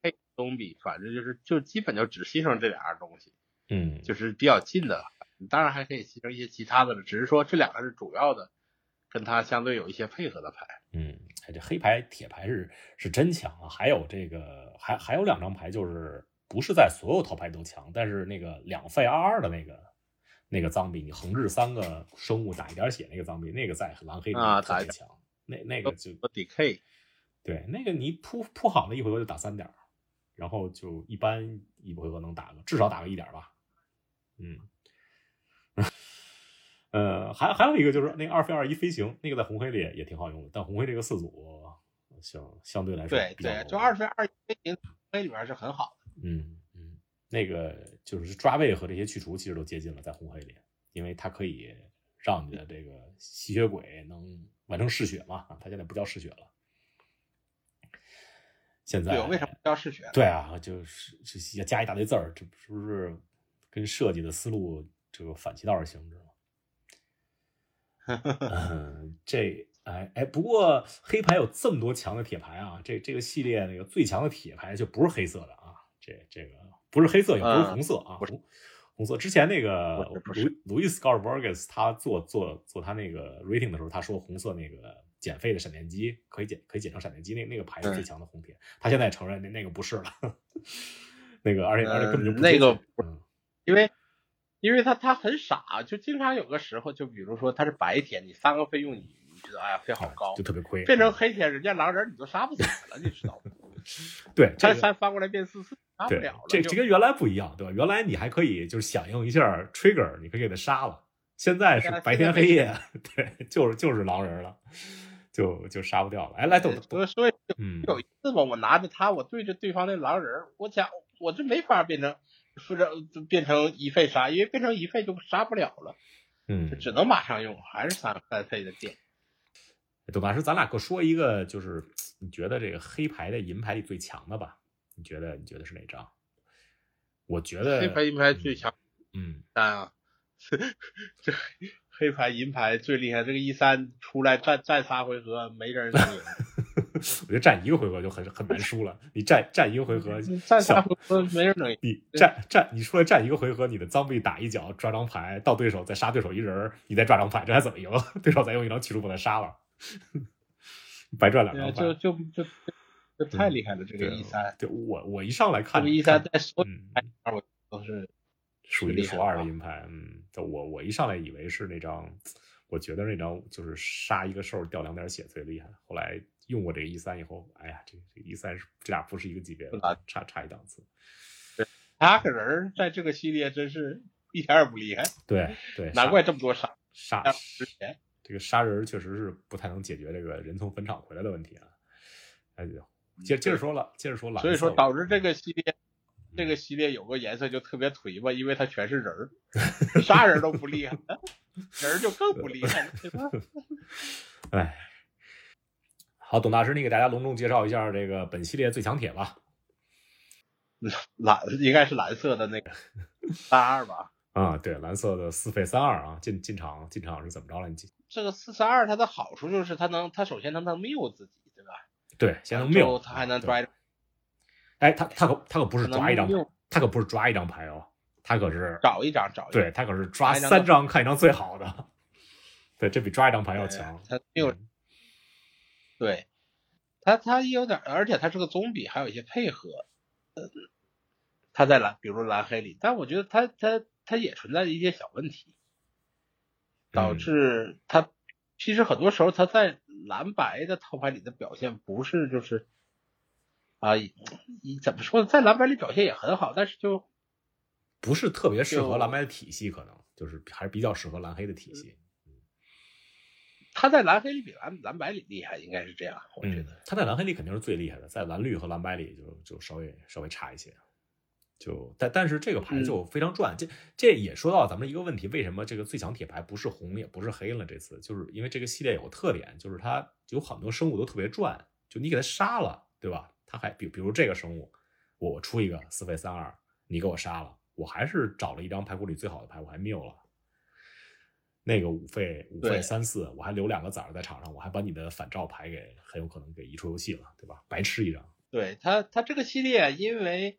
[SPEAKER 3] 配东比，反正就是就基本就只牺牲这两样东西，
[SPEAKER 2] 嗯，
[SPEAKER 3] 就是比较近的，当然还可以牺牲一些其他的了，只是说这两个是主要的，跟它相对有一些配合的牌。
[SPEAKER 2] 嗯，哎，这黑牌、铁牌是是真强啊！还有这个，还还有两张牌，就是不是在所有套牌都强，但是那个两费二二的那个那个脏币，你横置三个生物打一点血那个脏币，那个在蓝黑里
[SPEAKER 3] 啊
[SPEAKER 2] 特别
[SPEAKER 3] 打一呃
[SPEAKER 2] 强。那那个就
[SPEAKER 3] decay，
[SPEAKER 2] 对，那个你扑扑好了一回合就打三点儿，然后就一般一回合能打个至少打个一点儿吧。嗯， (laughs) 呃，还还有一个就是那个二飞二一飞行，那个在红黑里也也挺好用的，但红黑这个四组相相对来说
[SPEAKER 3] 对
[SPEAKER 2] 比较
[SPEAKER 3] 对，就
[SPEAKER 2] 弱
[SPEAKER 3] 二飞二飞行飞里边是很好的。
[SPEAKER 2] 嗯嗯，那个就是抓位和这些去除其实都接近了，在红黑里，因为它可以让你的这个吸血鬼能完成嗜血嘛，啊，它现在不叫嗜血了。现在
[SPEAKER 3] 对，为什么叫嗜血？
[SPEAKER 2] 对啊，就是这要加一大堆字儿，这是不是跟设计的思路这个反其道而行
[SPEAKER 3] (laughs)
[SPEAKER 2] 之吗？嗯，这哎哎，不过黑牌有这么多强的铁牌啊，这这个系列那个最强的铁牌就不是黑色的啊，这这个不是黑色，也不是
[SPEAKER 3] 嗯
[SPEAKER 2] 红色啊，
[SPEAKER 3] 不是
[SPEAKER 2] 红红色。之前那个
[SPEAKER 3] 不是不
[SPEAKER 2] 路路易斯·高尔伯格斯他做做做他那个 rating 的时候，他说红色那个减费的闪电机可以减可以减成闪电机，那那个牌是
[SPEAKER 3] 对
[SPEAKER 2] 最强的红铁。他现在也承认那那个不是了， (laughs) 那个而且而且
[SPEAKER 3] 嗯
[SPEAKER 2] 根本就不
[SPEAKER 3] 那
[SPEAKER 2] 是
[SPEAKER 3] 个
[SPEAKER 2] 嗯
[SPEAKER 3] 因为因为他他很傻，就经常有个时候，就比如说他是白铁，你三个费用你你觉得哎呀费好高
[SPEAKER 2] 就，特别亏，
[SPEAKER 3] 变成黑铁，人家狼人你都杀不死了，你知道吗？
[SPEAKER 2] 对这个
[SPEAKER 3] 他三翻过来变四四，杀不
[SPEAKER 2] 对
[SPEAKER 3] 了了。
[SPEAKER 2] 这
[SPEAKER 3] 就
[SPEAKER 2] 这跟原来不一样，对吧？原来你还可以就是响应一下 trigger，你可以给他杀了，现在是
[SPEAKER 3] 啊现在
[SPEAKER 2] 白天黑夜，对， (laughs) 就是就是狼人了，就就杀不掉了。哎，来豆豆，
[SPEAKER 3] 所以所以
[SPEAKER 2] 嗯，
[SPEAKER 3] 有一次吧，我拿着它，我对着对方那狼人，我想我这没法变成，不是就变成一费杀，因为变成一费就杀不了了，
[SPEAKER 2] 嗯
[SPEAKER 3] 就，只能马上用，还是三三费的电。
[SPEAKER 2] 董大师，咱俩各说一个，就是你觉得这个黑牌的银牌里最强的吧？你觉得你觉得是哪张？我觉得
[SPEAKER 3] 黑牌银牌最强
[SPEAKER 2] 嗯，
[SPEAKER 3] 三啊， (laughs) 这黑牌银牌最厉害，这个一三出来战战仨回合，没人能赢，
[SPEAKER 2] 我觉得占一个回合就很很难输了。你占占一 (laughs) 个回合，
[SPEAKER 3] 战仨
[SPEAKER 2] 小
[SPEAKER 3] 回合没人能赢。
[SPEAKER 2] 你占占，你出来占一个回合，你的脏币打一脚抓张牌，到对手再杀对手一人儿，你再抓张牌，这还怎么赢？ (laughs) 对手再用一张驱逐把他杀了，白赚两张
[SPEAKER 3] 对，啊
[SPEAKER 2] 牌
[SPEAKER 3] 就。就就就太厉害了，这个
[SPEAKER 2] 嗯对
[SPEAKER 3] 一三，
[SPEAKER 2] 对我我一上来
[SPEAKER 3] 这
[SPEAKER 2] 看
[SPEAKER 3] 个一
[SPEAKER 2] 看
[SPEAKER 3] 三在所有
[SPEAKER 2] 嗯，
[SPEAKER 3] 牌我都是
[SPEAKER 2] 数
[SPEAKER 3] 是
[SPEAKER 2] 一
[SPEAKER 3] 厉
[SPEAKER 2] 数
[SPEAKER 3] 害
[SPEAKER 2] 二的
[SPEAKER 3] 啊
[SPEAKER 2] 银牌，嗯，就我我一上来以为是那张，我觉得那张就是杀一个兽掉两点血最厉害。后来用过这个一三以后，哎呀，这这一三是这俩不是一个级别
[SPEAKER 3] 不
[SPEAKER 2] 的
[SPEAKER 3] 打，
[SPEAKER 2] 差差一档次。
[SPEAKER 3] 他个人儿在这个系列真是一点儿也不厉害，
[SPEAKER 2] 对对，
[SPEAKER 3] 嗯
[SPEAKER 2] 杀
[SPEAKER 3] 难怪这么多傻
[SPEAKER 2] 杀
[SPEAKER 3] 像之前。
[SPEAKER 2] 这个杀人确实是不太能解决这个人从坟场回来的问题啊。哎，接接着说了，接着说蓝色吧，
[SPEAKER 3] 嗯所以说导致这个系列，
[SPEAKER 2] 嗯
[SPEAKER 3] 这个系列有个颜色就特别颓吧，因为它全是人儿，啥人都不
[SPEAKER 2] (laughs)
[SPEAKER 3] 厉害，人儿就更不厉害了，对吧？
[SPEAKER 2] 哎，好，董大师，你给大家隆重介绍一下这个本系列最强铁吧。
[SPEAKER 3] 蓝应该是蓝色的那个三二吧，
[SPEAKER 2] 啊，对，蓝色的四费三二啊，进进场进场是怎么着了？你进
[SPEAKER 3] 这个四三二它的好处就是它能，它首先它能 mute 自己，对吧？
[SPEAKER 2] 对，先能
[SPEAKER 3] 之后
[SPEAKER 2] mute，
[SPEAKER 3] 它啊还能
[SPEAKER 2] 对
[SPEAKER 3] 抓，
[SPEAKER 2] 哎，他他可他可不是
[SPEAKER 3] 它能
[SPEAKER 2] 抓一张牌
[SPEAKER 3] mute，
[SPEAKER 2] 他可不是抓一张牌哦，他可是
[SPEAKER 3] 找一张找一张，
[SPEAKER 2] 对他可是抓
[SPEAKER 3] 抓一张
[SPEAKER 2] 三
[SPEAKER 3] 都
[SPEAKER 2] 张看一张最好的， (laughs) 对，这比抓一张牌要强。
[SPEAKER 3] 它 mute
[SPEAKER 2] 嗯
[SPEAKER 3] 对，他他有点，而且他是个总比，还有一些配合。呃，他在蓝，比如蓝黑里，但我觉得他他他也存在一些小问题，导
[SPEAKER 2] 嗯
[SPEAKER 3] 致他其实很多时候他在蓝白的套牌里的表现不是就是啊，一怎么说呢，在蓝白里表现也很好，但是就
[SPEAKER 2] 不是特别适合
[SPEAKER 3] 就
[SPEAKER 2] 蓝白的体系，可能就是还是比较适合蓝黑的体系。
[SPEAKER 3] 他在蓝黑里比蓝蓝白里厉害，应该是这样，我觉
[SPEAKER 2] 嗯
[SPEAKER 3] 得。，
[SPEAKER 2] 他在蓝黑里肯定是最厉害的，在蓝绿和蓝白里就就稍微稍微差一些。就但但是这个牌就非常赚，这这也说到咱们一个问题，为什么这个最强铁牌不是红也不是黑了？这次就是因为这个系列有个特点，就是它有很多生物都特别赚，就你给它杀了，对吧？它还比比如这个生物，我出一个四费三二，你给我杀了，我还是找了一张牌库里最好的牌，我还谬了。那个五费五费
[SPEAKER 3] 对
[SPEAKER 2] 三四，我还留两个崽儿在场上，我还把你的反照牌给很有可能给移出游戏了，对吧？白吃一张。
[SPEAKER 3] 对他，他这个系列，因为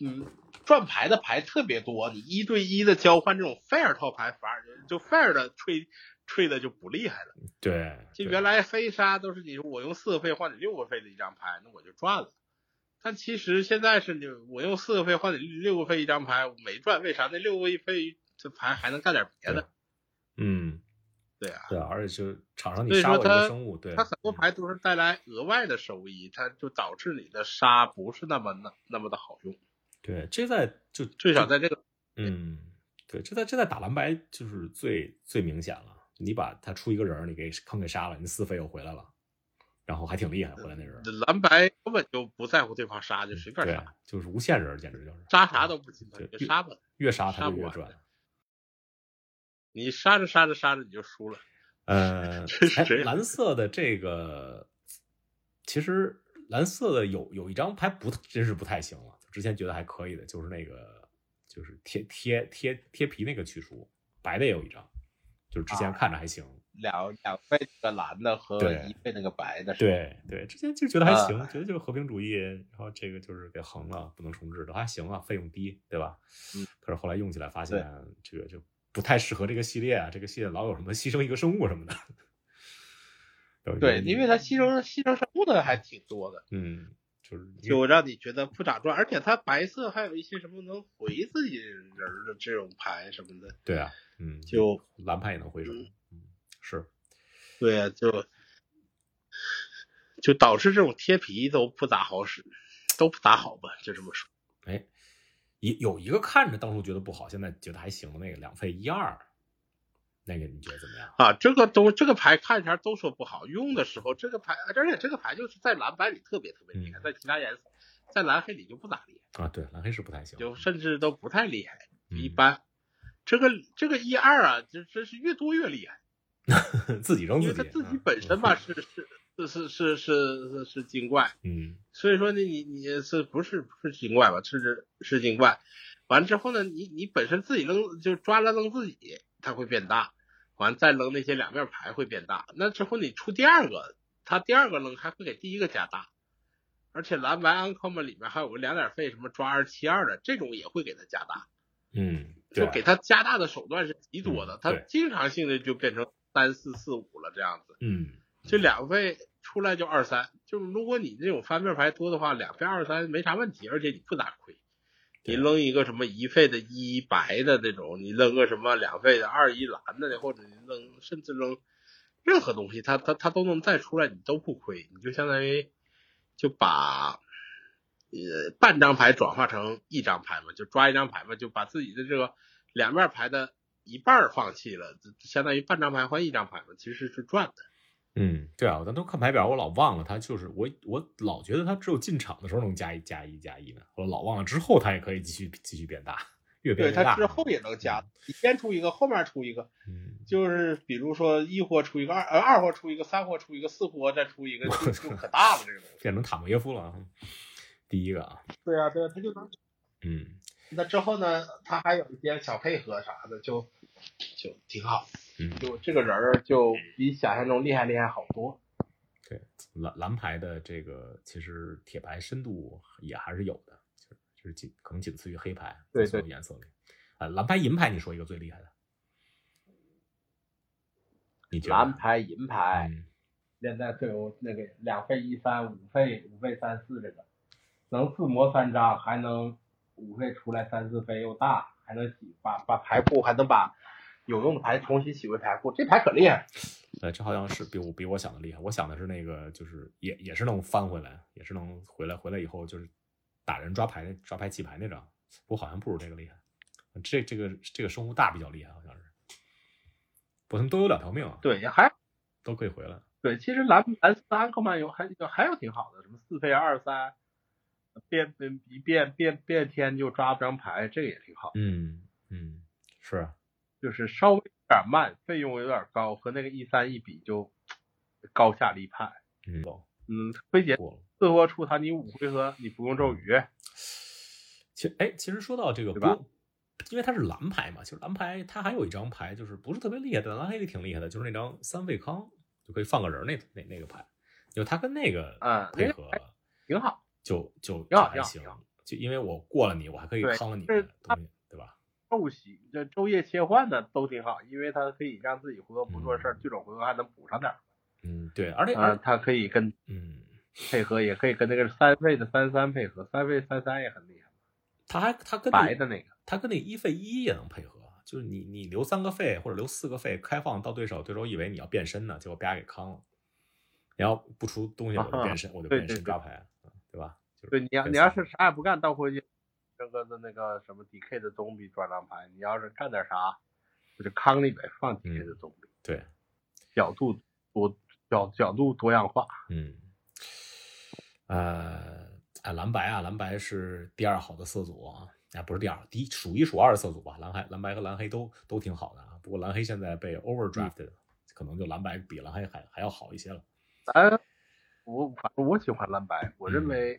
[SPEAKER 3] 嗯，转牌的牌特别多，你一对一的交换这种 fair 套牌，反而就 fair 的吹吹的就不厉害了。
[SPEAKER 2] 对，
[SPEAKER 3] 就
[SPEAKER 2] 对
[SPEAKER 3] 原来飞杀都是你我用四个费换你六个费的一张牌，那我就赚了。但其实现在是你我用四个费换你六个费一张牌，我没赚，为啥？那六个费这牌还能干点别的。
[SPEAKER 2] 嗯，
[SPEAKER 3] 对啊，
[SPEAKER 2] 对啊，而且就是场上
[SPEAKER 3] 所
[SPEAKER 2] 你
[SPEAKER 3] 以
[SPEAKER 2] 杀
[SPEAKER 3] 说
[SPEAKER 2] 我一个
[SPEAKER 3] 它
[SPEAKER 2] 生物，对，嗯
[SPEAKER 3] 它散步牌都是带来额外的收益，它就导致你的杀不是那么那那么的好用，
[SPEAKER 2] 对，这在就
[SPEAKER 3] 至少在这个
[SPEAKER 2] 嗯，对，这在这在打蓝白就是最最明显了。你把他出一个人儿，你给坑给杀了，你四费又回来了，然后还挺厉害，回来那人儿，
[SPEAKER 3] 蓝白根本就不在乎对方杀，就随便
[SPEAKER 2] 对
[SPEAKER 3] 杀，，
[SPEAKER 2] 就是无限人儿，简直就是
[SPEAKER 3] 杀啥都不心疼，
[SPEAKER 2] 对
[SPEAKER 3] 你就杀吧，
[SPEAKER 2] 越杀他
[SPEAKER 3] 杀
[SPEAKER 2] 就
[SPEAKER 3] 不
[SPEAKER 2] 越
[SPEAKER 3] 完
[SPEAKER 2] 赚。
[SPEAKER 3] (laughs) 你杀着杀着杀着你就输了，
[SPEAKER 2] 呃，
[SPEAKER 3] 真是
[SPEAKER 2] 哎
[SPEAKER 3] 这样
[SPEAKER 2] 蓝色的这个，其实蓝色的有有一张牌不太真是不太行了，之前觉得还可以的，就是那个就是贴贴贴贴皮那个去除，白的也有一张，就是之
[SPEAKER 3] 啊
[SPEAKER 2] 前看着还行，
[SPEAKER 3] 两两倍那个蓝的和
[SPEAKER 2] 对
[SPEAKER 3] 一倍那个白的，，
[SPEAKER 2] 对对，之前就觉得还
[SPEAKER 3] 啊
[SPEAKER 2] 行，觉得就是和平主义，然后这个就是给横了，不能重置的，还行啊，费用低，对吧？
[SPEAKER 3] 嗯。
[SPEAKER 2] 可是后来用起来发现，这个就不太适合这个系列啊，这个系列老有什么牺牲一个生物什么的。有一个
[SPEAKER 3] 对，
[SPEAKER 2] 意义
[SPEAKER 3] 因为它牺牲牺牲生物的还挺多的，
[SPEAKER 2] 嗯，就是因为
[SPEAKER 3] 就让你觉得不咋赚，而且它白色还有一些什么能回自己人儿的这种牌什么的，
[SPEAKER 2] 对啊，嗯，
[SPEAKER 3] 就
[SPEAKER 2] 蓝牌也能回手，嗯，是，
[SPEAKER 3] 对啊，就就导致这种贴皮都不咋好使，都不咋好吧，就这么说。
[SPEAKER 2] 哎，有有一个看着当初觉得不好，现在觉得还行的那个两费一二，那个你觉得怎么样？
[SPEAKER 3] 啊，这个都这个牌看前都说不好，用的时候这个牌，而且这个牌就是在蓝白里特别特别厉害，
[SPEAKER 2] 嗯
[SPEAKER 3] 在其他颜色，在蓝黑里就不咋厉害，
[SPEAKER 2] 啊，对，蓝黑是不太行，
[SPEAKER 3] 就甚至都不太厉害，就一
[SPEAKER 2] 嗯
[SPEAKER 3] 般。这个这个一二啊，这真是越多越厉害，
[SPEAKER 2] (laughs) 自己扔
[SPEAKER 3] 因为
[SPEAKER 2] 自
[SPEAKER 3] 它
[SPEAKER 2] 己，
[SPEAKER 3] 自己
[SPEAKER 2] 嗯
[SPEAKER 3] 本身吧，是是是是是是是是精怪，
[SPEAKER 2] 嗯
[SPEAKER 3] 所以说呢，你你是不是不是精怪吧？是是精怪，完之后呢，你你本身自己扔就抓了扔自己，它会变大，完再扔那些两面牌会变大。那之后你出第二个，它第二个扔还会给第一个加大，而且蓝白 uncommon 里面还有个两点费什么抓二七二的这种也会给它加大，
[SPEAKER 2] 嗯，对
[SPEAKER 3] 就给它加大的手段是极多的
[SPEAKER 2] 嗯，
[SPEAKER 3] 它
[SPEAKER 2] 对
[SPEAKER 3] 经常性的就变成三四四五了这样子。
[SPEAKER 2] 嗯，
[SPEAKER 3] 这两费出来就二三，就是如果你这种翻面牌多的话，两费二三没啥问题，而且你不咋亏。你
[SPEAKER 2] 对
[SPEAKER 3] 扔一个什么一费的一白的这种，你扔个什么两费的二一蓝的，或者你扔甚至扔任何东西，它它它都能再出来，你都不亏，你就相当于就把呃半张牌转化成一张牌嘛，就抓一张牌嘛，就把自己的这个两面牌的一半儿放弃了，就就相当于半张牌换一张牌嘛，其实是赚的。
[SPEAKER 2] 嗯，对啊，我当初看牌表，我老忘了它，就是我我老觉得它只有进场的时候能加一加一加一呢，我老忘了之后它也可以继续继续变
[SPEAKER 3] (laughs)
[SPEAKER 2] 大，越变
[SPEAKER 3] 对，
[SPEAKER 2] 越大。
[SPEAKER 3] 它之后也能加，你先出一个，后面出一个，
[SPEAKER 2] 嗯，
[SPEAKER 3] 就是比如说一货出一个，二呃二货出一个，三货出一个，四货再出一个，就就可大了这个东西。
[SPEAKER 2] 变成塔莫耶夫了啊，第一个啊，
[SPEAKER 3] 对啊，对啊，它就能。
[SPEAKER 2] 嗯
[SPEAKER 3] 那之后呢，它还有一些小配合啥的，就就挺好，
[SPEAKER 2] 嗯，
[SPEAKER 3] 就这个人儿就比想象中厉害厉害好多。
[SPEAKER 2] 蓝蓝牌的这个其实铁牌深度也还是有的，就是就是仅可能仅次于黑牌，
[SPEAKER 3] 对对
[SPEAKER 2] 所有颜色里，啊、蓝牌银牌你说一个最厉害的，你觉得？
[SPEAKER 3] 蓝牌、银牌，
[SPEAKER 2] 嗯
[SPEAKER 3] 现在最有那个两费一三，五费五费三四这个，能自磨三张，还能五费出来三四费又大，还能洗把把牌库，还能把有用的牌重新洗回牌库，这牌可厉害。
[SPEAKER 2] 呃，这好像是比我比我想的厉害。我想的是那个，就是也也是能翻回来，也是能回来，回来以后就是打人抓牌、抓牌弃牌那张，我好像不如这个厉害。这这个这个生物大比较厉害，好像是。不，他们都有两条命啊，
[SPEAKER 3] 对，还
[SPEAKER 2] 都可以回来。
[SPEAKER 3] 对，其实蓝蓝三克曼有还有还有挺好的，什么四费二三，变变一变变变天就抓不张牌，这个也挺好，
[SPEAKER 2] 嗯嗯，是啊，
[SPEAKER 3] 就是稍微有点慢，费用有点高，和那个一三一比就高下立判。
[SPEAKER 2] 嗯，
[SPEAKER 3] 嗯，辉姐
[SPEAKER 2] 过了。
[SPEAKER 3] 四货出他，你五回合你不用咒语，
[SPEAKER 2] 其实，哎，其实说到这个，
[SPEAKER 3] 对
[SPEAKER 2] 不
[SPEAKER 3] 吧
[SPEAKER 2] 用，因为它是蓝牌嘛，其实蓝牌它还有一张牌，就是不是特别厉害，但蓝黑也挺厉害的，就是那张三费康，就可以放个人儿那那那个牌，就它跟那个
[SPEAKER 3] 嗯
[SPEAKER 2] 配合
[SPEAKER 3] 挺好。
[SPEAKER 2] 就就
[SPEAKER 3] 挺
[SPEAKER 2] 就
[SPEAKER 3] 好
[SPEAKER 2] 还
[SPEAKER 3] 挺好
[SPEAKER 2] 行
[SPEAKER 3] 挺好，
[SPEAKER 2] 就因为我过了你，我还可以
[SPEAKER 3] 对
[SPEAKER 2] 康了你
[SPEAKER 3] 就是
[SPEAKER 2] 的东西，对吧？
[SPEAKER 3] 昼喜这昼夜切换的都挺好，因为它可以让自己回合不做事儿，对手回合还能补上点儿。
[SPEAKER 2] 嗯，对，而且
[SPEAKER 3] 啊，
[SPEAKER 2] 而
[SPEAKER 3] 它可以跟
[SPEAKER 2] 嗯，
[SPEAKER 3] 配合，也可以跟那个三费的三三配合，三费三三也很厉害，
[SPEAKER 2] 它还它跟那
[SPEAKER 3] 白的那个。
[SPEAKER 2] 它跟那一费一也能配合，啊就是你你留三个费或者留四个费开放到对手，对手以为你要变身呢，结果啪给康了。你要不出东西我就变身，我就
[SPEAKER 3] 对
[SPEAKER 2] 变
[SPEAKER 3] 对
[SPEAKER 2] 身
[SPEAKER 3] 对
[SPEAKER 2] 抓牌，嗯对吧？就是
[SPEAKER 3] 对，你要
[SPEAKER 2] 变
[SPEAKER 3] 你要
[SPEAKER 2] 三
[SPEAKER 3] 是啥也不干，倒回去这个的那个什么 DK 的总比转张牌，你要是干点啥，我就康里边放 DK 的总比，
[SPEAKER 2] 嗯对，
[SPEAKER 3] 角度多角角度多样化。
[SPEAKER 2] 嗯，呃，哎，蓝白啊，蓝白是第二好的色组啊，啊，不是第二，第一数一数二的色组吧，蓝黑、蓝白和蓝黑都都挺好的啊，不过蓝黑现在
[SPEAKER 3] 嗯
[SPEAKER 2] 被 overdrafted，、可能就蓝白比蓝黑还还要好一些了，
[SPEAKER 3] 咱我反正我喜欢蓝白，我认
[SPEAKER 2] 嗯
[SPEAKER 3] 为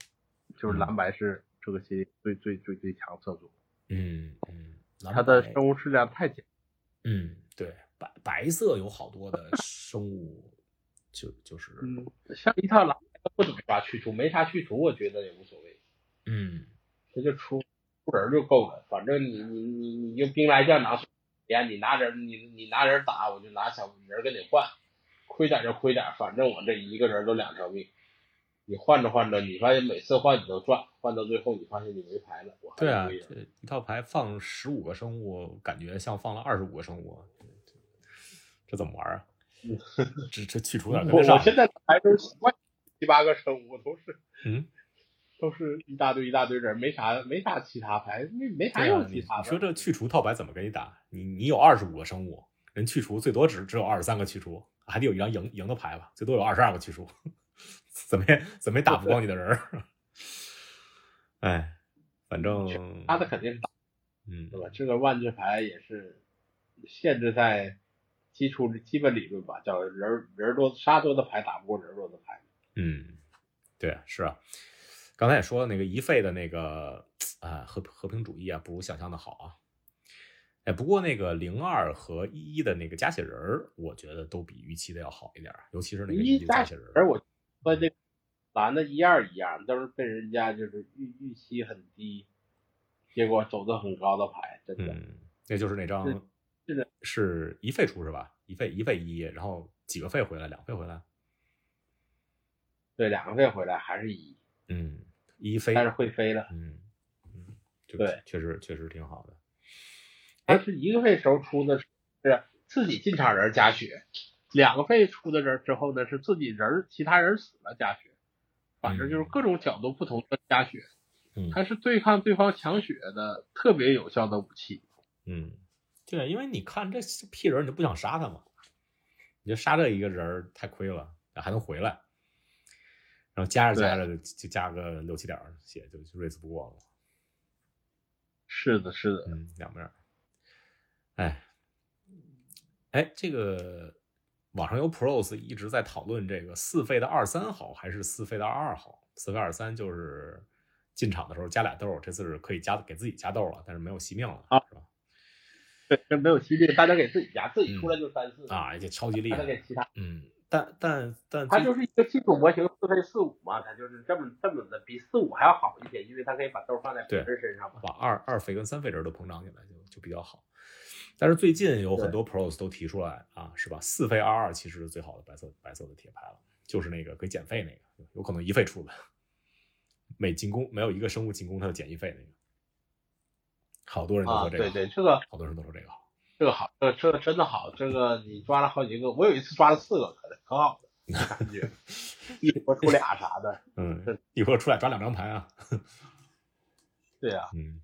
[SPEAKER 3] 就是
[SPEAKER 2] 嗯
[SPEAKER 3] 蓝白是这个系列最最最最强色组，
[SPEAKER 2] 嗯嗯，蓝
[SPEAKER 3] 它的
[SPEAKER 2] 白
[SPEAKER 3] 生物质量太简
[SPEAKER 2] 嗯，对，白白色有好多
[SPEAKER 3] (laughs)
[SPEAKER 2] 的生物，就就是
[SPEAKER 3] 嗯，像一套蓝白不怎么抓去除，没啥去除，我觉得也无所谓，
[SPEAKER 2] 嗯
[SPEAKER 3] 他就出出人就够了。反正你你你你就兵来将挡， (laughs) 呀，你拿人你你拿人打，我就拿小人跟你换，亏点就亏点，反正我这一个人都两条命。你换着换着，你发现每次换你都赚，换到最后你发现你没牌了，我还
[SPEAKER 2] 对啊，
[SPEAKER 3] 亏了
[SPEAKER 2] 这一套牌放十五个生物，感觉像放了二十五个生物，这这这怎么玩
[SPEAKER 3] (laughs)
[SPEAKER 2] 啊？这这去除点跟
[SPEAKER 3] 嗯我
[SPEAKER 2] 得上
[SPEAKER 3] 我，现在牌都习惯七八个生物，都是
[SPEAKER 2] (laughs) 嗯，
[SPEAKER 3] 都是一大堆一大堆人，没啥没啥其他牌，没没啥
[SPEAKER 2] 对啊
[SPEAKER 3] 用，
[SPEAKER 2] 你
[SPEAKER 3] 其
[SPEAKER 2] 你
[SPEAKER 3] 他的。
[SPEAKER 2] 说这去除套牌怎么给你打？你你有二十五个生物，人去除最多只只有二十三个去除，还得有一张赢赢的牌吧，最多有二十二个去除， (laughs) 怎么也怎么也打不光你的人儿。 (laughs) 哎，反正
[SPEAKER 3] 他的肯定是打
[SPEAKER 2] 嗯
[SPEAKER 3] 对吧？这个万智牌也是限制在基础基本理论吧，叫人人多杀多的牌打不过人多的牌。
[SPEAKER 2] 嗯，对，是啊。刚才也说了，那个一费的那个啊、和和平主义啊，不如想象的好啊。哎，不过那个零二和一一的那个加血人儿，我觉得都比预期的要好一点儿，啊尤其是那个
[SPEAKER 3] 一
[SPEAKER 2] 的
[SPEAKER 3] 加
[SPEAKER 2] 血人儿。
[SPEAKER 3] 而我和这个蓝的一二一样，都是被人家就是预预期很低，结果走的很高的牌，真的。
[SPEAKER 2] 嗯，那就是那张
[SPEAKER 3] 是是的
[SPEAKER 2] 是一费出是吧？一费一费一，然后几个费回来，两费回来。
[SPEAKER 3] 对，两个费回来还是一，
[SPEAKER 2] 嗯，一费，
[SPEAKER 3] 但是会飞了。
[SPEAKER 2] 嗯嗯，就
[SPEAKER 3] 对，
[SPEAKER 2] 确实确实挺好的。
[SPEAKER 3] 他是一个费时候出的是自己进场人加血，两个费出的人之后呢是自己人儿其他人死了加血，反正就是各种角度不同的加血，
[SPEAKER 2] 嗯
[SPEAKER 3] 它是对抗对方抢血的特别有效的武器。
[SPEAKER 2] 嗯，对，因为你看这屁人，你就不想杀他嘛，你就杀这一个人儿太亏了，还能回来，然后加着加着就就加个六七点儿血，就就瑞兹不过了。
[SPEAKER 3] 是的，是的，
[SPEAKER 2] 嗯，两面儿。哎，哎，这个网上有 pros 一直在讨论这个四费的二三好还是四费的二二好？四费二三就是进场的时候加俩豆儿，这次是可以加给自己加豆儿了，但是没有惜命了，
[SPEAKER 3] 啊
[SPEAKER 2] 是吧？
[SPEAKER 3] 对，这没有激励，大家给自己加，自己出来就三四，
[SPEAKER 2] 啊，这超级厉
[SPEAKER 3] 大
[SPEAKER 2] 害
[SPEAKER 3] 家，给其他，
[SPEAKER 2] 嗯，但但但
[SPEAKER 3] 它
[SPEAKER 2] 最
[SPEAKER 3] 就是一个基础模型四费四五嘛，它就是这么这么的，比四五还要好一些，因为它可以把豆放在别人身上嘛。
[SPEAKER 2] 把二二肥跟三肥人都膨胀起来就就比较好。但是最近有很多 pros 都提出来啊，是吧？四费二二其实是最好的白色白色的铁牌了，就是那个可以减费那个，有可能一费出的，每进攻没有一个生物进攻它就减一费那个，好多人都
[SPEAKER 3] 啊，
[SPEAKER 2] 说这个好，
[SPEAKER 3] 对对，这个
[SPEAKER 2] 好多人都说这个好，
[SPEAKER 3] 这个好，这个这个真的好，这个你抓了好几个，我有一次抓了四个，可可好了，感觉一波出俩啥的，
[SPEAKER 2] 嗯
[SPEAKER 3] 是，
[SPEAKER 2] 一会儿出来抓两张牌啊，
[SPEAKER 3] 对啊，
[SPEAKER 2] 嗯，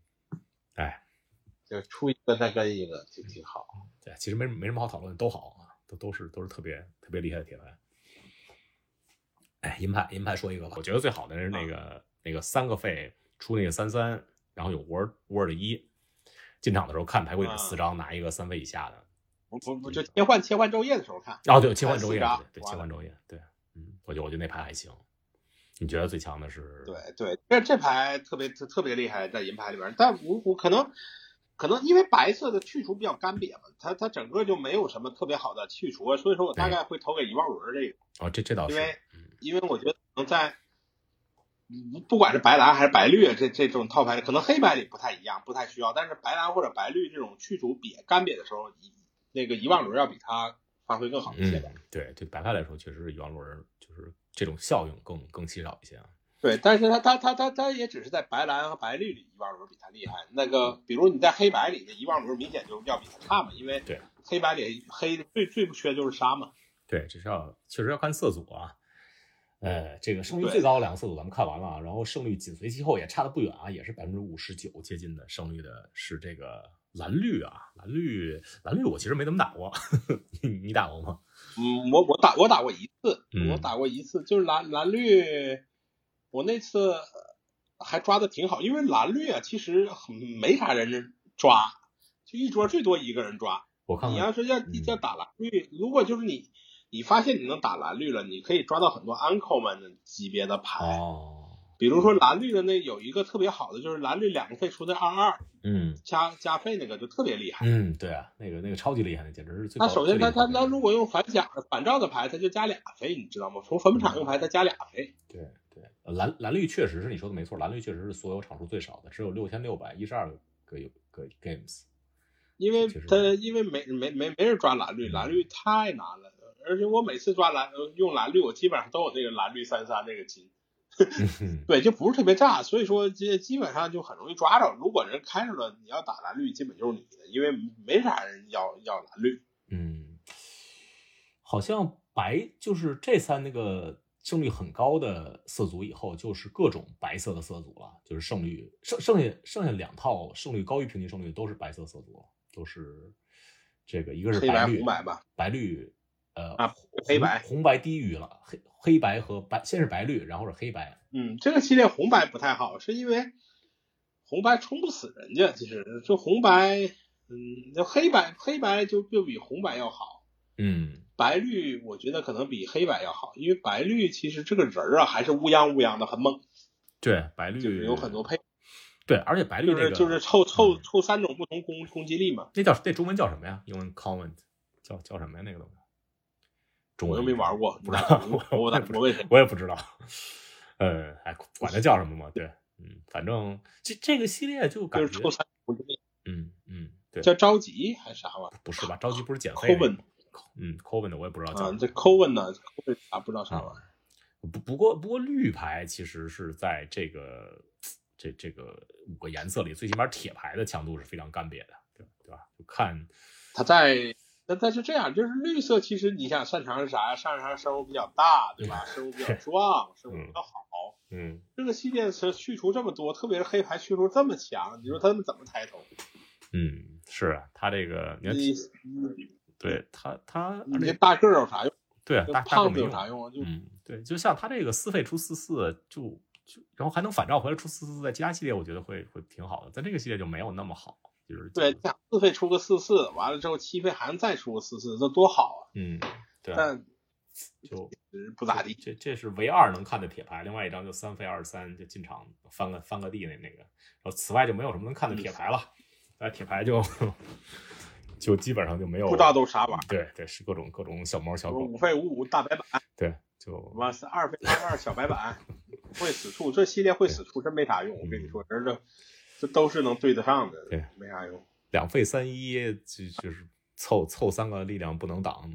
[SPEAKER 2] 哎，
[SPEAKER 3] 就出一个再跟一个，就挺好。
[SPEAKER 2] 对，其实没没什么好讨论，都好啊，都都是都是特别特别厉害的铁牌。哎，银牌银牌说一个吧，我嗯觉得最好的是那个、那个三个费出那个三三，然后有 word word 一，进场的时候看牌柜里
[SPEAKER 4] 啊
[SPEAKER 2] 四张，拿一个三位以下的。
[SPEAKER 4] 不不不
[SPEAKER 3] 我就切换切换昼夜的时候看，
[SPEAKER 2] 哦，对，切换
[SPEAKER 3] 看
[SPEAKER 2] 周
[SPEAKER 3] 四
[SPEAKER 2] 夜
[SPEAKER 3] 张，
[SPEAKER 2] 对，
[SPEAKER 3] 完
[SPEAKER 2] 切
[SPEAKER 3] 了
[SPEAKER 2] 换周夜，对，嗯，我觉得我觉得那牌还行。你觉得最强的是？
[SPEAKER 4] 对对，这这牌特别特特别厉害，在银牌里边，但五虎可能可能因为白色的去除比较干瘪嘛，它它整个就没有什么特别好的去除，所以说我大概会投给遗忘轮这个，
[SPEAKER 2] 哦，这这倒是
[SPEAKER 4] 因，为因为我觉得可能在嗯不管是白蓝还是白绿这这种套牌，可能黑白里不太一样，不太需要，但是白蓝或者白绿这种去除瘪干瘪的时候，一那个遗忘轮要比它发挥更好一些
[SPEAKER 2] 嗯
[SPEAKER 4] 吧。，
[SPEAKER 2] 对，对白牌来说，确实是圆轮儿就是这种效用更更稀少一些啊。
[SPEAKER 3] 对，但是他他他他他也只是在白蓝和白绿里遗忘轮比他厉害。那个，比如你在黑白里的遗忘轮明显就要比他差嘛，因为
[SPEAKER 2] 对
[SPEAKER 3] 黑白里黑最最不缺的就是沙嘛。
[SPEAKER 2] 对，这是要确实要看色组啊。呃，这个胜率最高的两个色组咱们看完了啊，然后胜率紧随其后，也差的不远啊，也是百分之五十九接近的胜率的是这个蓝绿啊，蓝绿蓝绿我其实没怎么打过，你你打过吗？
[SPEAKER 3] 嗯，我我打我打过一次，
[SPEAKER 2] 嗯
[SPEAKER 3] 我打过一次，就是蓝蓝绿，我那次呃还抓的挺好，因为蓝绿啊其实很没啥人抓，就一桌最多一个人抓。
[SPEAKER 2] 我看
[SPEAKER 3] 你
[SPEAKER 2] 看
[SPEAKER 3] 要是要
[SPEAKER 2] 嗯
[SPEAKER 3] 要打蓝绿，如果就是你你发现你能打蓝绿了，你可以抓到很多 uncle 们的级别的牌，
[SPEAKER 2] 哦，
[SPEAKER 3] 比如说蓝绿的那有一个特别好的，就是蓝绿两个费出的二二
[SPEAKER 2] 嗯
[SPEAKER 3] 加加费那个就特别厉害。
[SPEAKER 2] 嗯，对啊，那个那个超级厉害，那简直是最高。
[SPEAKER 3] 他首先
[SPEAKER 2] 最
[SPEAKER 3] 他
[SPEAKER 2] 厉害
[SPEAKER 3] 他
[SPEAKER 2] 的
[SPEAKER 3] 他如果用反甲反照的牌，他就加俩肥，你知道吗？从
[SPEAKER 2] 嗯
[SPEAKER 3] 坟墓场用牌他加俩肥，
[SPEAKER 2] 对对，呃蓝蓝绿确实是你说的没错，蓝绿确实是所有场数最少的，只有六千六百一十二个有个 games。 (laughs)
[SPEAKER 3] 因为
[SPEAKER 2] 确实
[SPEAKER 3] 他因为没没没没人抓蓝绿，
[SPEAKER 2] 嗯
[SPEAKER 3] 蓝绿太难了，而且我每次抓蓝呃用蓝绿，我基本上都有那个蓝绿三三那个金，对，就不是特别炸，所以说这基本上就很容易抓着。如果人开着了，你要打蓝绿，基本就是你的，因为没啥人要要蓝绿。
[SPEAKER 2] 嗯，好像白就是这三那个胜率很高的色组以后，就是各种白色的色组了，就是胜率剩剩下剩下两套胜率高于平均胜率都是白色色组，都是这个一个是
[SPEAKER 3] 黑白
[SPEAKER 2] 绿
[SPEAKER 3] 红白吧，
[SPEAKER 2] 白绿呃
[SPEAKER 3] 啊
[SPEAKER 2] 红
[SPEAKER 3] 黑白
[SPEAKER 2] 红白低于了黑黑白和白先是白绿，然后是黑白，
[SPEAKER 3] 嗯，这个系列红白不太好，是因为红白冲不死人家。其实就红白，嗯，那黑白黑白就就比红白要好，
[SPEAKER 2] 嗯
[SPEAKER 3] 白绿我觉得可能比黑白要好，因为白绿其实这个人儿啊还是乌泱乌泱的，很猛，
[SPEAKER 2] 对白绿
[SPEAKER 3] 就是有很多配，
[SPEAKER 2] 对，而且白绿
[SPEAKER 3] 就
[SPEAKER 2] 这个
[SPEAKER 3] 是就是凑凑
[SPEAKER 2] 嗯
[SPEAKER 3] 凑三种不同攻攻击力嘛。
[SPEAKER 2] 那叫那中文叫什么呀？英文 comment 叫叫什么呀？那个东西？中
[SPEAKER 3] 我
[SPEAKER 2] 文
[SPEAKER 3] 又没玩过，
[SPEAKER 2] 不知道，
[SPEAKER 3] 我我
[SPEAKER 2] 也
[SPEAKER 3] 打
[SPEAKER 2] 不知
[SPEAKER 3] 我问谁？
[SPEAKER 2] 我也不知道。呃，哎，管它叫什么嘛？对，嗯，反正这这个系列就感
[SPEAKER 3] 就是
[SPEAKER 2] 觉
[SPEAKER 3] 凑，三种攻击力，
[SPEAKER 2] 嗯嗯，对，
[SPEAKER 3] 叫着急还是啥玩意
[SPEAKER 2] 不是吧？着急不是减
[SPEAKER 3] 儿
[SPEAKER 2] 肥那个
[SPEAKER 3] ？Coven
[SPEAKER 2] 吗？嗯，Coven 的我也不知道
[SPEAKER 3] 啊
[SPEAKER 2] 叫，什
[SPEAKER 3] 这
[SPEAKER 2] 么。
[SPEAKER 3] Coven 呢？Coven 啥不知道啥玩意儿。
[SPEAKER 2] 嗯不不过不过绿牌其实是在这个这这个五个颜色里，最起码铁牌的强度是非常干瘪的，对对吧？就看
[SPEAKER 3] 它在，但但是这样，就是绿色，其实你想擅长是啥呀？擅长生物比较大，对
[SPEAKER 2] (laughs)
[SPEAKER 3] 吧？生物比较壮，生物比较好。
[SPEAKER 2] 嗯
[SPEAKER 3] 这个系列是去除这么多，特别是黑牌去除这么强，你说他们怎么抬头？
[SPEAKER 2] 嗯是啊，它这个你看
[SPEAKER 3] 你你
[SPEAKER 2] 对它它
[SPEAKER 3] 你
[SPEAKER 2] 而
[SPEAKER 3] 这
[SPEAKER 2] 且
[SPEAKER 3] 大个儿有啥用？
[SPEAKER 2] 对啊
[SPEAKER 3] 这
[SPEAKER 2] 嗯大大个
[SPEAKER 3] 胖
[SPEAKER 2] 没
[SPEAKER 3] 子有
[SPEAKER 2] 用，
[SPEAKER 3] 啥用啊？就
[SPEAKER 2] 嗯，对，就像他这个四费出四四，就就然后还能反照回来出四四，在其他系列我觉得会会挺好的，在这个系列就没有那么好，就是
[SPEAKER 3] 对，你想四费出个四四，完了之后七费还能再出个四四，这多好啊！
[SPEAKER 2] 嗯，对啊，
[SPEAKER 3] 但
[SPEAKER 2] 就
[SPEAKER 3] 不咋地。
[SPEAKER 2] 这这是唯二能看的铁牌，另外一张就三费二三就进场翻个翻个地那那个，然后此外就没有什么能
[SPEAKER 3] 嗯
[SPEAKER 2] 看的铁牌了，那铁牌就就基本上就没有
[SPEAKER 3] 不知道嗯都是啥玩意儿，
[SPEAKER 2] 对对是各种各种小猫小
[SPEAKER 3] 什么
[SPEAKER 2] 狗
[SPEAKER 3] 五费五五大白板，
[SPEAKER 2] 对就
[SPEAKER 3] 什么是二费二二小白板，会死处这系列会死处真没啥用，我跟你说，这这这都是能对得上的，
[SPEAKER 2] 嗯对，
[SPEAKER 3] 没啥用。
[SPEAKER 2] 两费三一，就就是凑凑三个力量不能挡。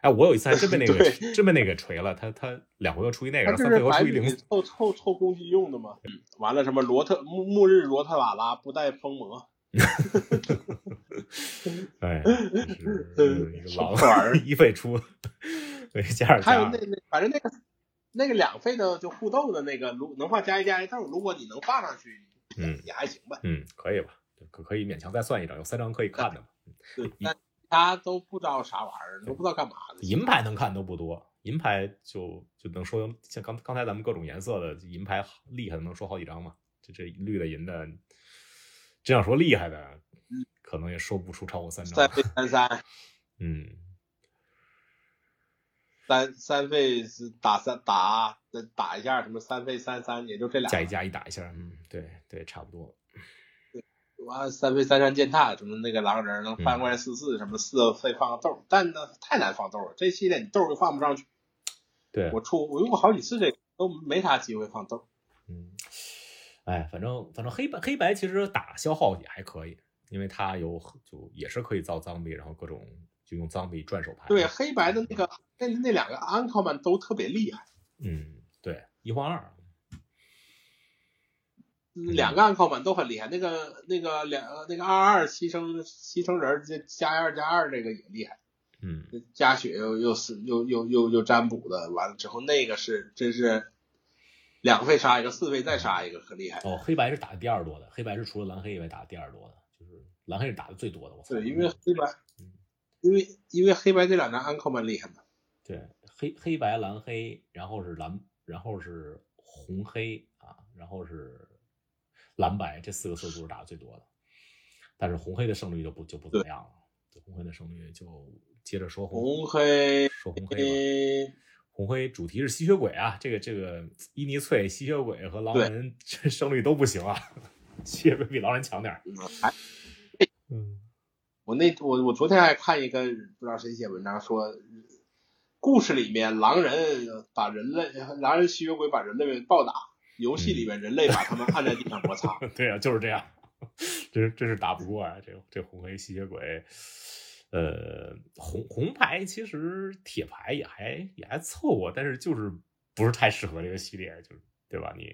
[SPEAKER 2] 哎，我有一次还真被那个
[SPEAKER 3] 对
[SPEAKER 2] 真被那个锤了，他他两回合出一那个，
[SPEAKER 3] 它
[SPEAKER 2] 然后
[SPEAKER 3] 就
[SPEAKER 2] 三回
[SPEAKER 3] 是
[SPEAKER 2] 合
[SPEAKER 3] 白
[SPEAKER 2] 出一
[SPEAKER 3] 米
[SPEAKER 2] 零，
[SPEAKER 3] 凑凑凑攻击用的嘛。嗯完了什么罗特末末日罗特瓦拉不带封魔， (laughs)
[SPEAKER 2] 哎，就是
[SPEAKER 3] 嗯 (laughs)
[SPEAKER 2] 一个
[SPEAKER 3] 什么
[SPEAKER 2] 狼
[SPEAKER 3] 玩意
[SPEAKER 2] (laughs)
[SPEAKER 3] 儿
[SPEAKER 2] 一费出，对，加二
[SPEAKER 3] 还
[SPEAKER 2] 加
[SPEAKER 3] 有那
[SPEAKER 2] 二，
[SPEAKER 3] 那反正那个那个两费的就互斗的那个，如能放加一加一，但是如果你能放上去，
[SPEAKER 2] 嗯
[SPEAKER 3] 也还行吧。
[SPEAKER 2] 嗯，可以吧？可可以勉强再算一张，有三张可以看的嘛。
[SPEAKER 3] 对，但其他都不知道啥玩意儿，都不知道干嘛的。
[SPEAKER 2] 银牌能看都不多，银牌就就能说像刚刚才咱们各种颜色的银牌厉害的能说好几张嘛。这这绿的银的，真要说厉害的，可能也说不出超过三张。
[SPEAKER 3] 嗯三费三三
[SPEAKER 2] 嗯，
[SPEAKER 3] 三三费是打三打打一下什么三费三三，也就这俩。
[SPEAKER 2] 加一加一打一下，嗯，对对，差不多了。
[SPEAKER 3] 完三费三三践踏什么那个狼人能翻过来四四什么四费放个豆，但呢太难放豆了，这系列你豆又放不上去。
[SPEAKER 2] 对，
[SPEAKER 3] 我出我用过好几次这个，都没啥机会放豆。
[SPEAKER 2] 嗯，哎，反正反正黑白黑白其实打消耗也还可以，因为它有就也是可以造脏币，然后各种就用脏币转手牌。
[SPEAKER 3] 对，黑白的那个那那两个 uncle 们都特别厉害，
[SPEAKER 2] 嗯，对，一换二，嗯
[SPEAKER 3] 两个暗靠板都很厉害，那个那个两那个二二牺牲牺牲人这加二加二这个也厉害，
[SPEAKER 5] 嗯，
[SPEAKER 3] 加血又又是又又又又占卜的，完了之后那个是真是两费杀一个，四费再杀一个，很厉害。
[SPEAKER 2] 哦，黑白是打的第二多的，黑白是除了蓝黑以外打的第二多的，就是蓝黑是打的最多的。我操，
[SPEAKER 3] 对，因为黑白，
[SPEAKER 2] 嗯
[SPEAKER 3] 因为因为黑白这两张暗靠板厉害嘛，
[SPEAKER 2] 对黑黑白蓝黑，然后是蓝，然后是红黑啊，然后是蓝白这四个色素是打的最多的，但是红黑的胜率就不就不怎么样了，对红黑的胜率就接着说红
[SPEAKER 3] 红黑
[SPEAKER 2] 说红黑吧。红黑主题是吸血鬼啊，这个这个伊尼翠吸血鬼和狼人 (laughs) 这胜率都不行啊， (laughs) 吸血鬼比狼人强点儿。 (laughs)
[SPEAKER 3] 嗯还
[SPEAKER 5] 嗯
[SPEAKER 3] 我那我我昨天还看一个不知道谁写文章说，故事里面狼人把人类狼人吸血鬼把人类暴打，游戏里面人类把他们按在地上摩擦。
[SPEAKER 2] 对啊，就是这样。 (laughs)
[SPEAKER 5] 这是这是打不过啊，这这红黑吸血鬼，呃，
[SPEAKER 2] 红红牌其实铁牌也还也还凑合，但是就是不是太适合这个系列，就是对吧？你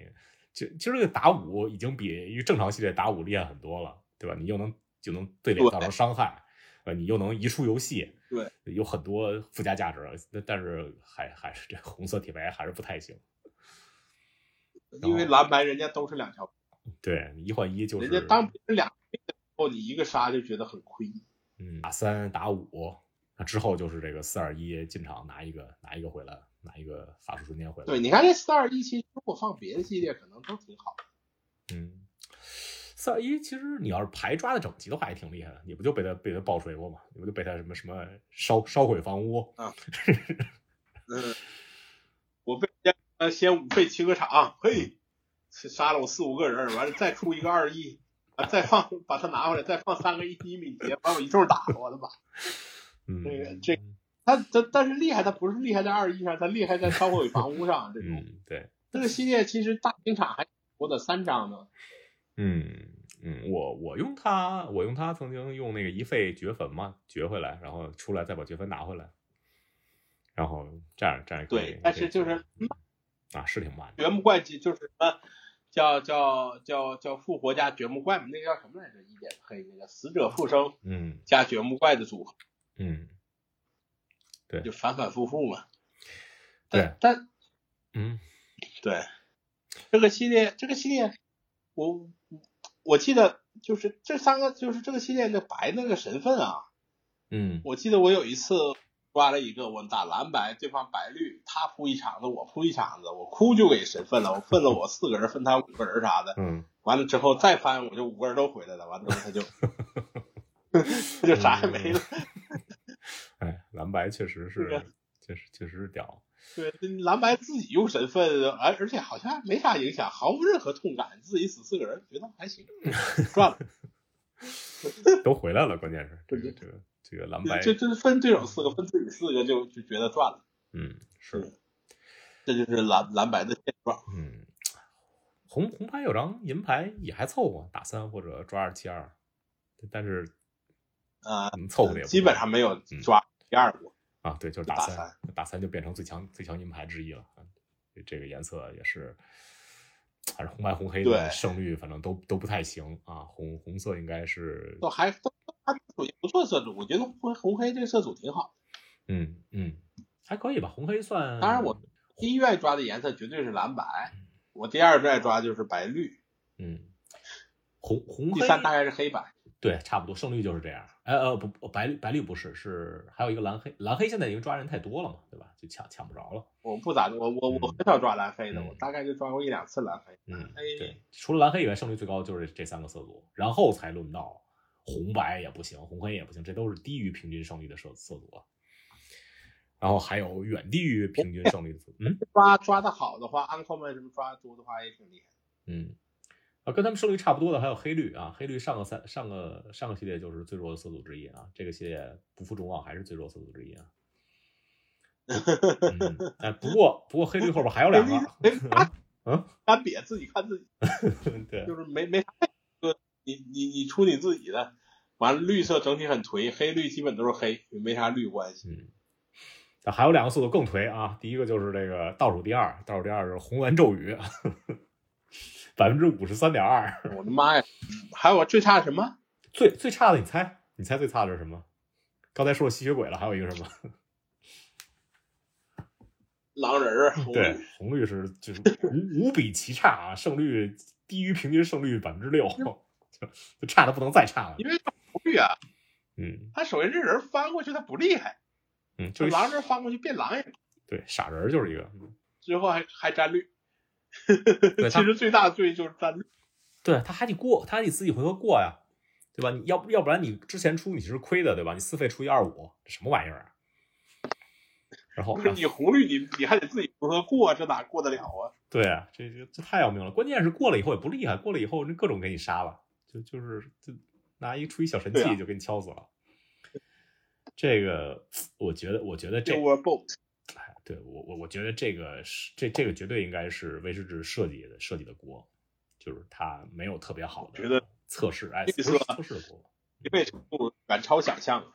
[SPEAKER 2] 就就这个打五已经比一个正常系列打五厉害很多了，对吧？你又能就能对脸
[SPEAKER 3] 对
[SPEAKER 2] 造成伤害，呃，你又能移出游戏，
[SPEAKER 3] 对，
[SPEAKER 2] 有很多附加价值。但但是还还是这红色铁牌还是不太行。
[SPEAKER 3] 因为蓝白人家都是两条，
[SPEAKER 2] 对，你一换一就是
[SPEAKER 3] 人家当别人两条的时候，你一个杀就觉得很亏。
[SPEAKER 2] 嗯打三打五，那之后就是这个四二一进场拿一个拿一个回来，拿一个法术瞬间回来。
[SPEAKER 3] 对，你看这四二一七，如果放别的系列可能都挺好。
[SPEAKER 2] 嗯，四二一其实你要是牌抓的整齐的话，也挺厉害的。你不就被他被他爆锤过吗？你不就被他什么什么烧烧毁房屋？
[SPEAKER 3] 嗯，我被人家先五费清个场，嘿，杀了我四五个人，完了再出一个二一，啊，再放把他拿回来，再放三个一一敏捷，把我一通打，我的妈！
[SPEAKER 2] 嗯，
[SPEAKER 3] 这个这他他但是厉害，他不是厉害在二一上，他厉害在烧毁房屋上这种。
[SPEAKER 2] 嗯对，
[SPEAKER 3] 这个系列其实大平场还挺多的三张呢，
[SPEAKER 2] 嗯嗯，我我用它，我用它曾经用那个一费掘坟嘛，掘回来，然后出来再把掘坟拿回来，然后这样这样也可以
[SPEAKER 3] 对但是就是
[SPEAKER 2] 嗯啊是挺慢的，
[SPEAKER 3] 掘墓怪就就是什么叫叫叫叫复活加掘墓怪嘛，那个叫什么来着？一点黑那个死者复生
[SPEAKER 2] 嗯
[SPEAKER 3] 加掘墓怪的组合，
[SPEAKER 2] 嗯
[SPEAKER 3] 就反反复复嘛。
[SPEAKER 2] 对
[SPEAKER 3] 但
[SPEAKER 2] 嗯
[SPEAKER 3] 对，这个系列，这个系列，我我记得就是这三个，就是这个系列那白那个神分啊，
[SPEAKER 2] 嗯
[SPEAKER 3] 我记得我有一次抓了一个，我打蓝白，对方白绿，他扑一场子，我扑一场子，我哭就给神分了，我分了我四个人，分他五个人啥的，
[SPEAKER 2] 嗯，
[SPEAKER 3] 完了之后再翻，我就五个人都回来了，完了之后他就他就啥也没了。
[SPEAKER 2] 嗯 (laughs) 哎，蓝白确实是
[SPEAKER 3] 是啊的
[SPEAKER 2] 确实确实是屌，
[SPEAKER 3] 对，蓝白自己用神分，而而且好像没啥影响，毫无任何痛感，自己死四个人，觉得还行，赚了。
[SPEAKER 2] 都回来了，关键是这个
[SPEAKER 3] 对对
[SPEAKER 2] 这个这个蓝
[SPEAKER 3] 对
[SPEAKER 2] 白，
[SPEAKER 3] 就就是分对手四个，分自己四个就就觉得赚了，
[SPEAKER 2] 嗯是
[SPEAKER 3] 嗯这就是蓝蓝白的现状。
[SPEAKER 2] 嗯，红红牌有张银牌也还凑合，打三或者抓二七二，但是
[SPEAKER 3] 啊
[SPEAKER 2] 嗯凑合的也不
[SPEAKER 3] 基本
[SPEAKER 2] 多
[SPEAKER 3] 上没有
[SPEAKER 2] 嗯
[SPEAKER 3] 抓第二个。
[SPEAKER 2] 啊，对，就是打
[SPEAKER 3] 就打
[SPEAKER 2] 三，打三就变成最强最强银牌之一了。嗯这个颜色也是，反正红白红黑的
[SPEAKER 3] 对
[SPEAKER 2] 胜率反正都都不太行啊。红红色应该是，
[SPEAKER 3] 都还都都还属于不错色组，我觉得红红黑这个色组挺好。
[SPEAKER 2] 嗯嗯，还可以吧。红黑算，
[SPEAKER 3] 当然我第一愿抓的颜色绝对是蓝白，我第二愿抓就是白绿，
[SPEAKER 2] 嗯，红红
[SPEAKER 3] 第
[SPEAKER 2] 黑
[SPEAKER 3] 三大概是黑白。
[SPEAKER 2] 对，差不多胜率就是这样。哎呃不，不白绿白绿不是，是还有一个蓝黑，蓝黑现在因为抓人太多了嘛，对吧？就抢抢不着了。
[SPEAKER 3] 我不咋，我我我
[SPEAKER 2] 嗯
[SPEAKER 3] 很少抓蓝黑的，
[SPEAKER 2] 嗯
[SPEAKER 3] 我大概就抓过一两次蓝黑。
[SPEAKER 2] 嗯，
[SPEAKER 3] 黑
[SPEAKER 2] 对，除了蓝黑以外，胜率最高就是这三个色组，然后才轮到红白也不行，红黑也不行，这都是低于平均胜率的色色组啊。然后还有远低于平均胜率的色组，嗯
[SPEAKER 3] 抓抓的好的话，uncommon 什么抓得多的话也挺厉害。
[SPEAKER 2] 嗯，啊，跟他们胜率差不多的还有黑绿啊，黑绿上个三上个上个系列就是最弱的色组之一啊，这个系列不负众望还是最弱色组之一啊。嗯，哎，不过不过黑绿后边还有两个，
[SPEAKER 3] (laughs) 黑绿黑绿
[SPEAKER 2] 嗯，
[SPEAKER 3] 单瘪自己看自己。
[SPEAKER 2] (laughs) 对，
[SPEAKER 3] 就是没没啥，就你你你出你自己的，完了绿色整体很颓，黑绿基本都是黑，也没啥绿关系。
[SPEAKER 2] 嗯，啊还有两个速度更颓啊！第一个就是这个倒数第二，倒数第二是红蓝咒语，百分之五十三点二。
[SPEAKER 3] 我的妈呀！还有最差什么？
[SPEAKER 2] 最最差的，你猜？你猜最差的是什么？刚才说我吸血鬼了，还有一个什么？
[SPEAKER 3] 狼人儿，红
[SPEAKER 2] 对
[SPEAKER 3] 人，
[SPEAKER 2] 红绿是就是无无比其差啊，胜率低于平均胜率百分之六，就就差的不能再差了
[SPEAKER 3] 因。为红绿啊，
[SPEAKER 2] 嗯
[SPEAKER 3] 他首先这人翻过去他不厉害，
[SPEAKER 2] 嗯，就
[SPEAKER 3] 这
[SPEAKER 2] 是
[SPEAKER 3] 狼人翻过去变狼人，
[SPEAKER 2] 对傻人儿就是一个，
[SPEAKER 3] 之后还还沾绿。 (laughs)
[SPEAKER 2] 对他
[SPEAKER 3] 其实最大的罪就是沾绿。
[SPEAKER 2] 对他还得过，他还得自己回合过呀，对吧？你要要不然你之前出你是亏的，对吧？你四费出一二五，这什么玩意儿啊？然后
[SPEAKER 3] 不是你红绿，你你还得自己回合过，这哪过得了啊？
[SPEAKER 2] 对啊，这这这太要命了。关键是过了以后也不厉害，过了以后那各种给你杀吧，就就是就拿一出一小神
[SPEAKER 3] 对啊
[SPEAKER 2] 器就给你敲死了。这个我觉得，我觉得这
[SPEAKER 3] 就我不，
[SPEAKER 2] 哎，对我我我觉得这个是这这个绝对应该是威士忌设计的设计的锅，就是它没有特别好的
[SPEAKER 3] 觉得
[SPEAKER 2] 测试，哎，
[SPEAKER 3] 这
[SPEAKER 2] 不
[SPEAKER 3] 个
[SPEAKER 2] 是
[SPEAKER 3] 是吧
[SPEAKER 2] 测试的锅。
[SPEAKER 3] 因为程度远超想象啊了。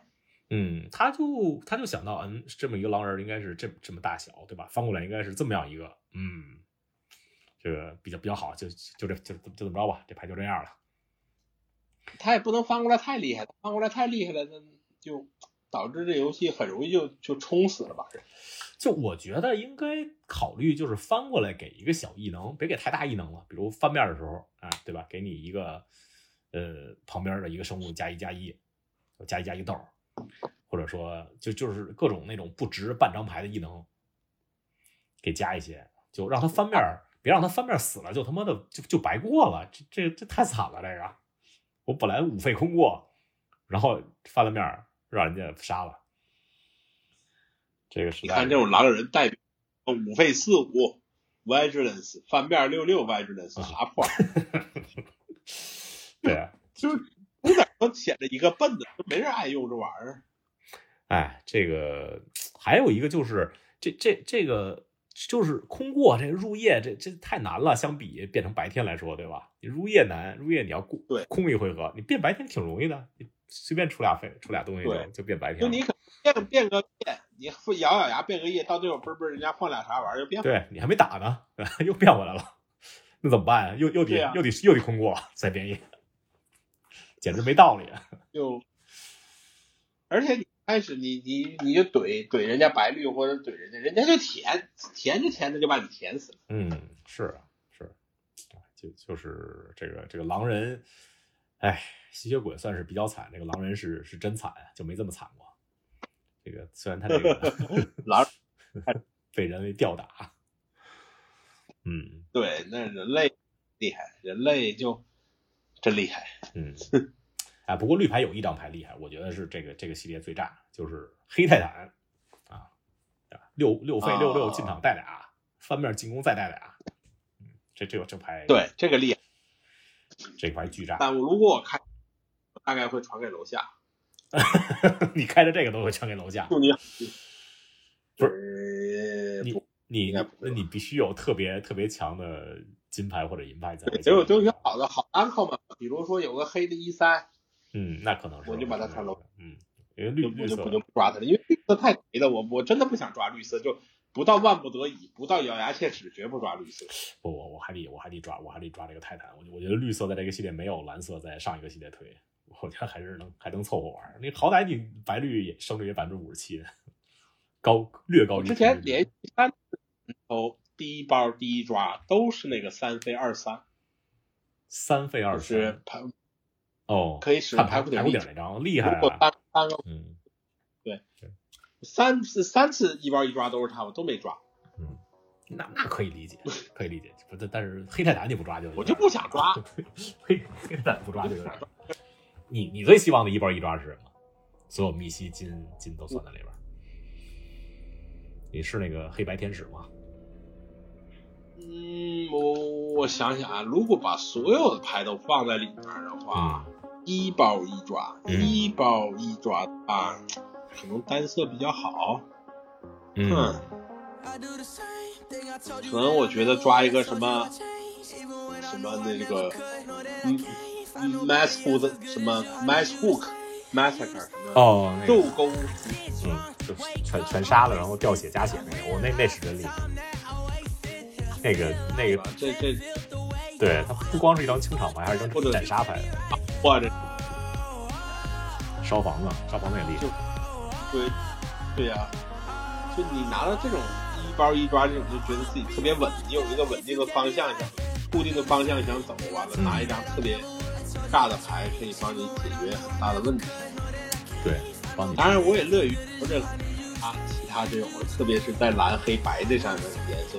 [SPEAKER 2] 嗯，他就他就想到，嗯，这么一个狼人应该是这这么大小，对吧？翻过来应该是这么样一个，嗯，这个比较比较好，就就这就就就这么着吧，这牌就这样了。
[SPEAKER 3] 他也不能翻过来太厉害了，翻过来太厉害了，那就导致这游戏很容易就就冲死了吧？
[SPEAKER 2] 就我觉得应该考虑，就是翻过来给一个小异能，别给太大异能了。比如翻面的时候啊，对吧？给你一个呃旁边的一个生物加一加一，加一加一豆儿，或者说就就是各种那种不值半张牌的异能，给加一些，就让他翻面儿，别让他翻面儿死了，就他妈的就就白过了，这这这太惨了，这个我本来五费空过，然后翻了面儿让人家杀了。这个时
[SPEAKER 3] 你
[SPEAKER 2] 代
[SPEAKER 3] 看这种狼人代表哦五费四五，vigilance 翻面六六 vigilance 啥破玩意儿？ (laughs)
[SPEAKER 2] 对啊，
[SPEAKER 3] 就是有点都显着一个笨的，都没人爱用这玩意儿。
[SPEAKER 2] 哎，这个还有一个就是这这这个就是空过这个入夜这这太难了，相比变成白天来说，对吧？你入夜难，入夜你要过
[SPEAKER 3] 对
[SPEAKER 2] 空一回合，你变白天挺容易的，你随便出俩费出俩东西就
[SPEAKER 3] 对
[SPEAKER 2] 就变白天
[SPEAKER 3] 就
[SPEAKER 2] 了
[SPEAKER 3] 你。可变变个变，你咬咬牙变个夜，到最后嘣嘣人家放俩啥玩意儿就变。
[SPEAKER 2] 对你还没打呢， (laughs) 又变回来了，那怎么办啊？又又
[SPEAKER 3] 对
[SPEAKER 2] 得、
[SPEAKER 3] 啊
[SPEAKER 2] 又得又得空过再变夜，简直没道理。
[SPEAKER 3] 就，而且你开始你你你就怼怼人家白绿或者怼人家，人家就舔舔着舔着就把你舔死了。
[SPEAKER 2] 嗯，是啊，是，哎就就是这个这个狼人，哎，吸血鬼算是比较惨，这个狼人是是真惨，啊就没这么惨过。这个虽然他这个
[SPEAKER 3] (laughs) 狼
[SPEAKER 2] 被人为吊打，嗯
[SPEAKER 3] 对，那人类厉害，人类就真厉害。
[SPEAKER 2] 嗯，哎，不过绿牌有一张牌厉害，我觉得是这个这个系列最炸，就是黑泰坦啊，对吧六六费六六进场带俩，翻面进攻再带俩，嗯，这这个这牌
[SPEAKER 3] 对，这个厉害。
[SPEAKER 2] 这牌巨炸，
[SPEAKER 3] 但如果我看，大概会传给楼下。
[SPEAKER 2] (laughs) 你开着这个都会全给楼下。
[SPEAKER 3] 祝你好
[SPEAKER 2] 不
[SPEAKER 3] 是
[SPEAKER 2] 你你
[SPEAKER 3] 应该不会
[SPEAKER 2] 那
[SPEAKER 3] 吧
[SPEAKER 2] 你必须有特别特别强的金牌或者银牌才会。
[SPEAKER 3] 结果就有好的好 uncle 嘛，比如说有个黑的一三，
[SPEAKER 2] 嗯，那可能是
[SPEAKER 3] 我就把它看
[SPEAKER 2] 看
[SPEAKER 3] 漏。
[SPEAKER 2] 嗯，因为绿
[SPEAKER 3] 就
[SPEAKER 2] 绿
[SPEAKER 3] 不就
[SPEAKER 2] 色
[SPEAKER 3] 不就不抓他了，因为绿色太贼了，我我真的不想抓绿色，就不到万不得已，不到咬牙切齿，绝不抓绿色。
[SPEAKER 2] 不我我还得我还得抓我还得抓这个泰坦，我我觉得绿色在这个系列没有蓝色在上一个系列推，我觉得还是能还能凑合玩儿。你好歹你白绿也胜率也百分之五十七，高略高
[SPEAKER 3] 我
[SPEAKER 2] 于
[SPEAKER 3] 之
[SPEAKER 2] 平
[SPEAKER 3] 前
[SPEAKER 2] 均
[SPEAKER 3] 连续三次抽第一包第一抓都是那个三飞二三，
[SPEAKER 2] 三费二
[SPEAKER 3] 就
[SPEAKER 2] 十
[SPEAKER 3] 是
[SPEAKER 2] 三
[SPEAKER 3] 排
[SPEAKER 2] 哦，
[SPEAKER 3] 可以使
[SPEAKER 2] 看
[SPEAKER 3] 排
[SPEAKER 2] 排
[SPEAKER 3] 骨顶
[SPEAKER 2] 骨
[SPEAKER 3] 立
[SPEAKER 2] 顶那张厉害
[SPEAKER 3] 如果
[SPEAKER 2] 啊，
[SPEAKER 3] 单单个
[SPEAKER 2] 嗯
[SPEAKER 3] 三次三次一包一抓都是他，我都没抓，
[SPEAKER 2] 嗯，那那可以理解，可以理解。不，但但是黑泰坦你不抓就有
[SPEAKER 3] 我就
[SPEAKER 2] 点
[SPEAKER 3] 不想抓，
[SPEAKER 2] (laughs) 黑黑蛋不抓就有点儿。你你最希望的一包一抓是什么？所有密西金金都算在里边儿。你是那个黑白天使吗？
[SPEAKER 3] 嗯，我我想想啊，如果把所有的牌都放在里面的话，一包一抓，
[SPEAKER 2] 嗯
[SPEAKER 3] 一包一抓的话，可能单色比较好。
[SPEAKER 2] 嗯，
[SPEAKER 6] 可能我觉得抓一个什么
[SPEAKER 3] 什
[SPEAKER 6] 什
[SPEAKER 3] 么
[SPEAKER 6] 么
[SPEAKER 3] 那
[SPEAKER 6] 那
[SPEAKER 3] 个
[SPEAKER 6] 个
[SPEAKER 3] 嗯
[SPEAKER 6] 嗯
[SPEAKER 3] 嗯
[SPEAKER 6] mass
[SPEAKER 3] mass
[SPEAKER 6] hook
[SPEAKER 3] hook
[SPEAKER 6] 什
[SPEAKER 3] 什么
[SPEAKER 6] 么
[SPEAKER 3] mass
[SPEAKER 6] mass
[SPEAKER 3] hook
[SPEAKER 6] hook
[SPEAKER 3] massacre 什么
[SPEAKER 2] 哦，那
[SPEAKER 3] 斗
[SPEAKER 2] 个，
[SPEAKER 3] 勾
[SPEAKER 2] 嗯，就是全全杀了，然后掉血加血那个，我那那是真厉害。那个那个
[SPEAKER 3] 这这
[SPEAKER 2] 对，它不光是一张清场牌，还是一
[SPEAKER 3] 或
[SPEAKER 2] 张
[SPEAKER 3] 者
[SPEAKER 2] 斩杀牌，
[SPEAKER 3] 哇，这
[SPEAKER 2] 烧房子，烧房子也厉害。
[SPEAKER 3] 对，对呀、就你拿到这种一包一抓这种，就觉得自己特别稳，你有一个稳定的方向想，固定的方向想走，完了
[SPEAKER 2] 嗯
[SPEAKER 3] 拿一张特别大的牌，可以帮你解决很大的问题。
[SPEAKER 2] 对，帮你
[SPEAKER 3] 当然，我也乐于不认可啊，其他这种，特别是在蓝黑白这上面的颜色，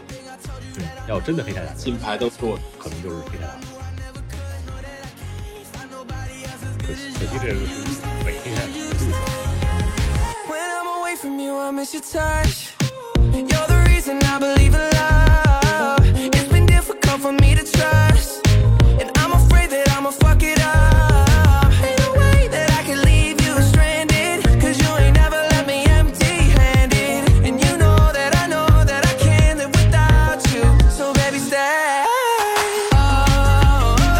[SPEAKER 2] 对，嗯要有真的黑太阳，
[SPEAKER 3] 金牌都是我
[SPEAKER 2] 可能就是黑太阳。可惜可惜这个是伪黑太阳的路上。
[SPEAKER 7] When I'm away from you, I miss your touch. You're the reason I believe in love. It's been difficult for me to trust. And I'm afraid that I'ma fuck it up. Ain't no way that I can leave you stranded. Cause you ain't never left me empty handed. And you know that I know that I can't live without you. So baby, stay. Oh, oh, oh, oh.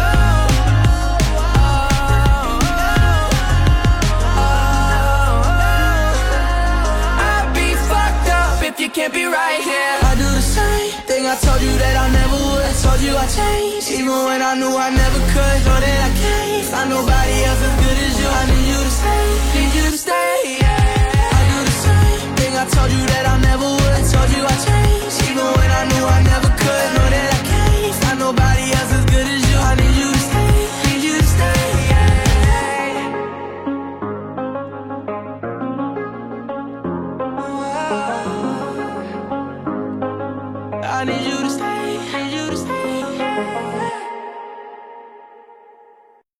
[SPEAKER 7] I'd be fucked up if you can't be right here. I do the same thing I told you that I never would. Told you I changed, even when I knew I never could. Know that I can't find nobody else as good as you. I need you to stay, need you to stay. Yeah. I do the same thing I told you that I never would. Told you I changed, even when I knew I never could. Know that I can't find nobody else as good as you. I need you to stay, need you to stay. Yeah. I need you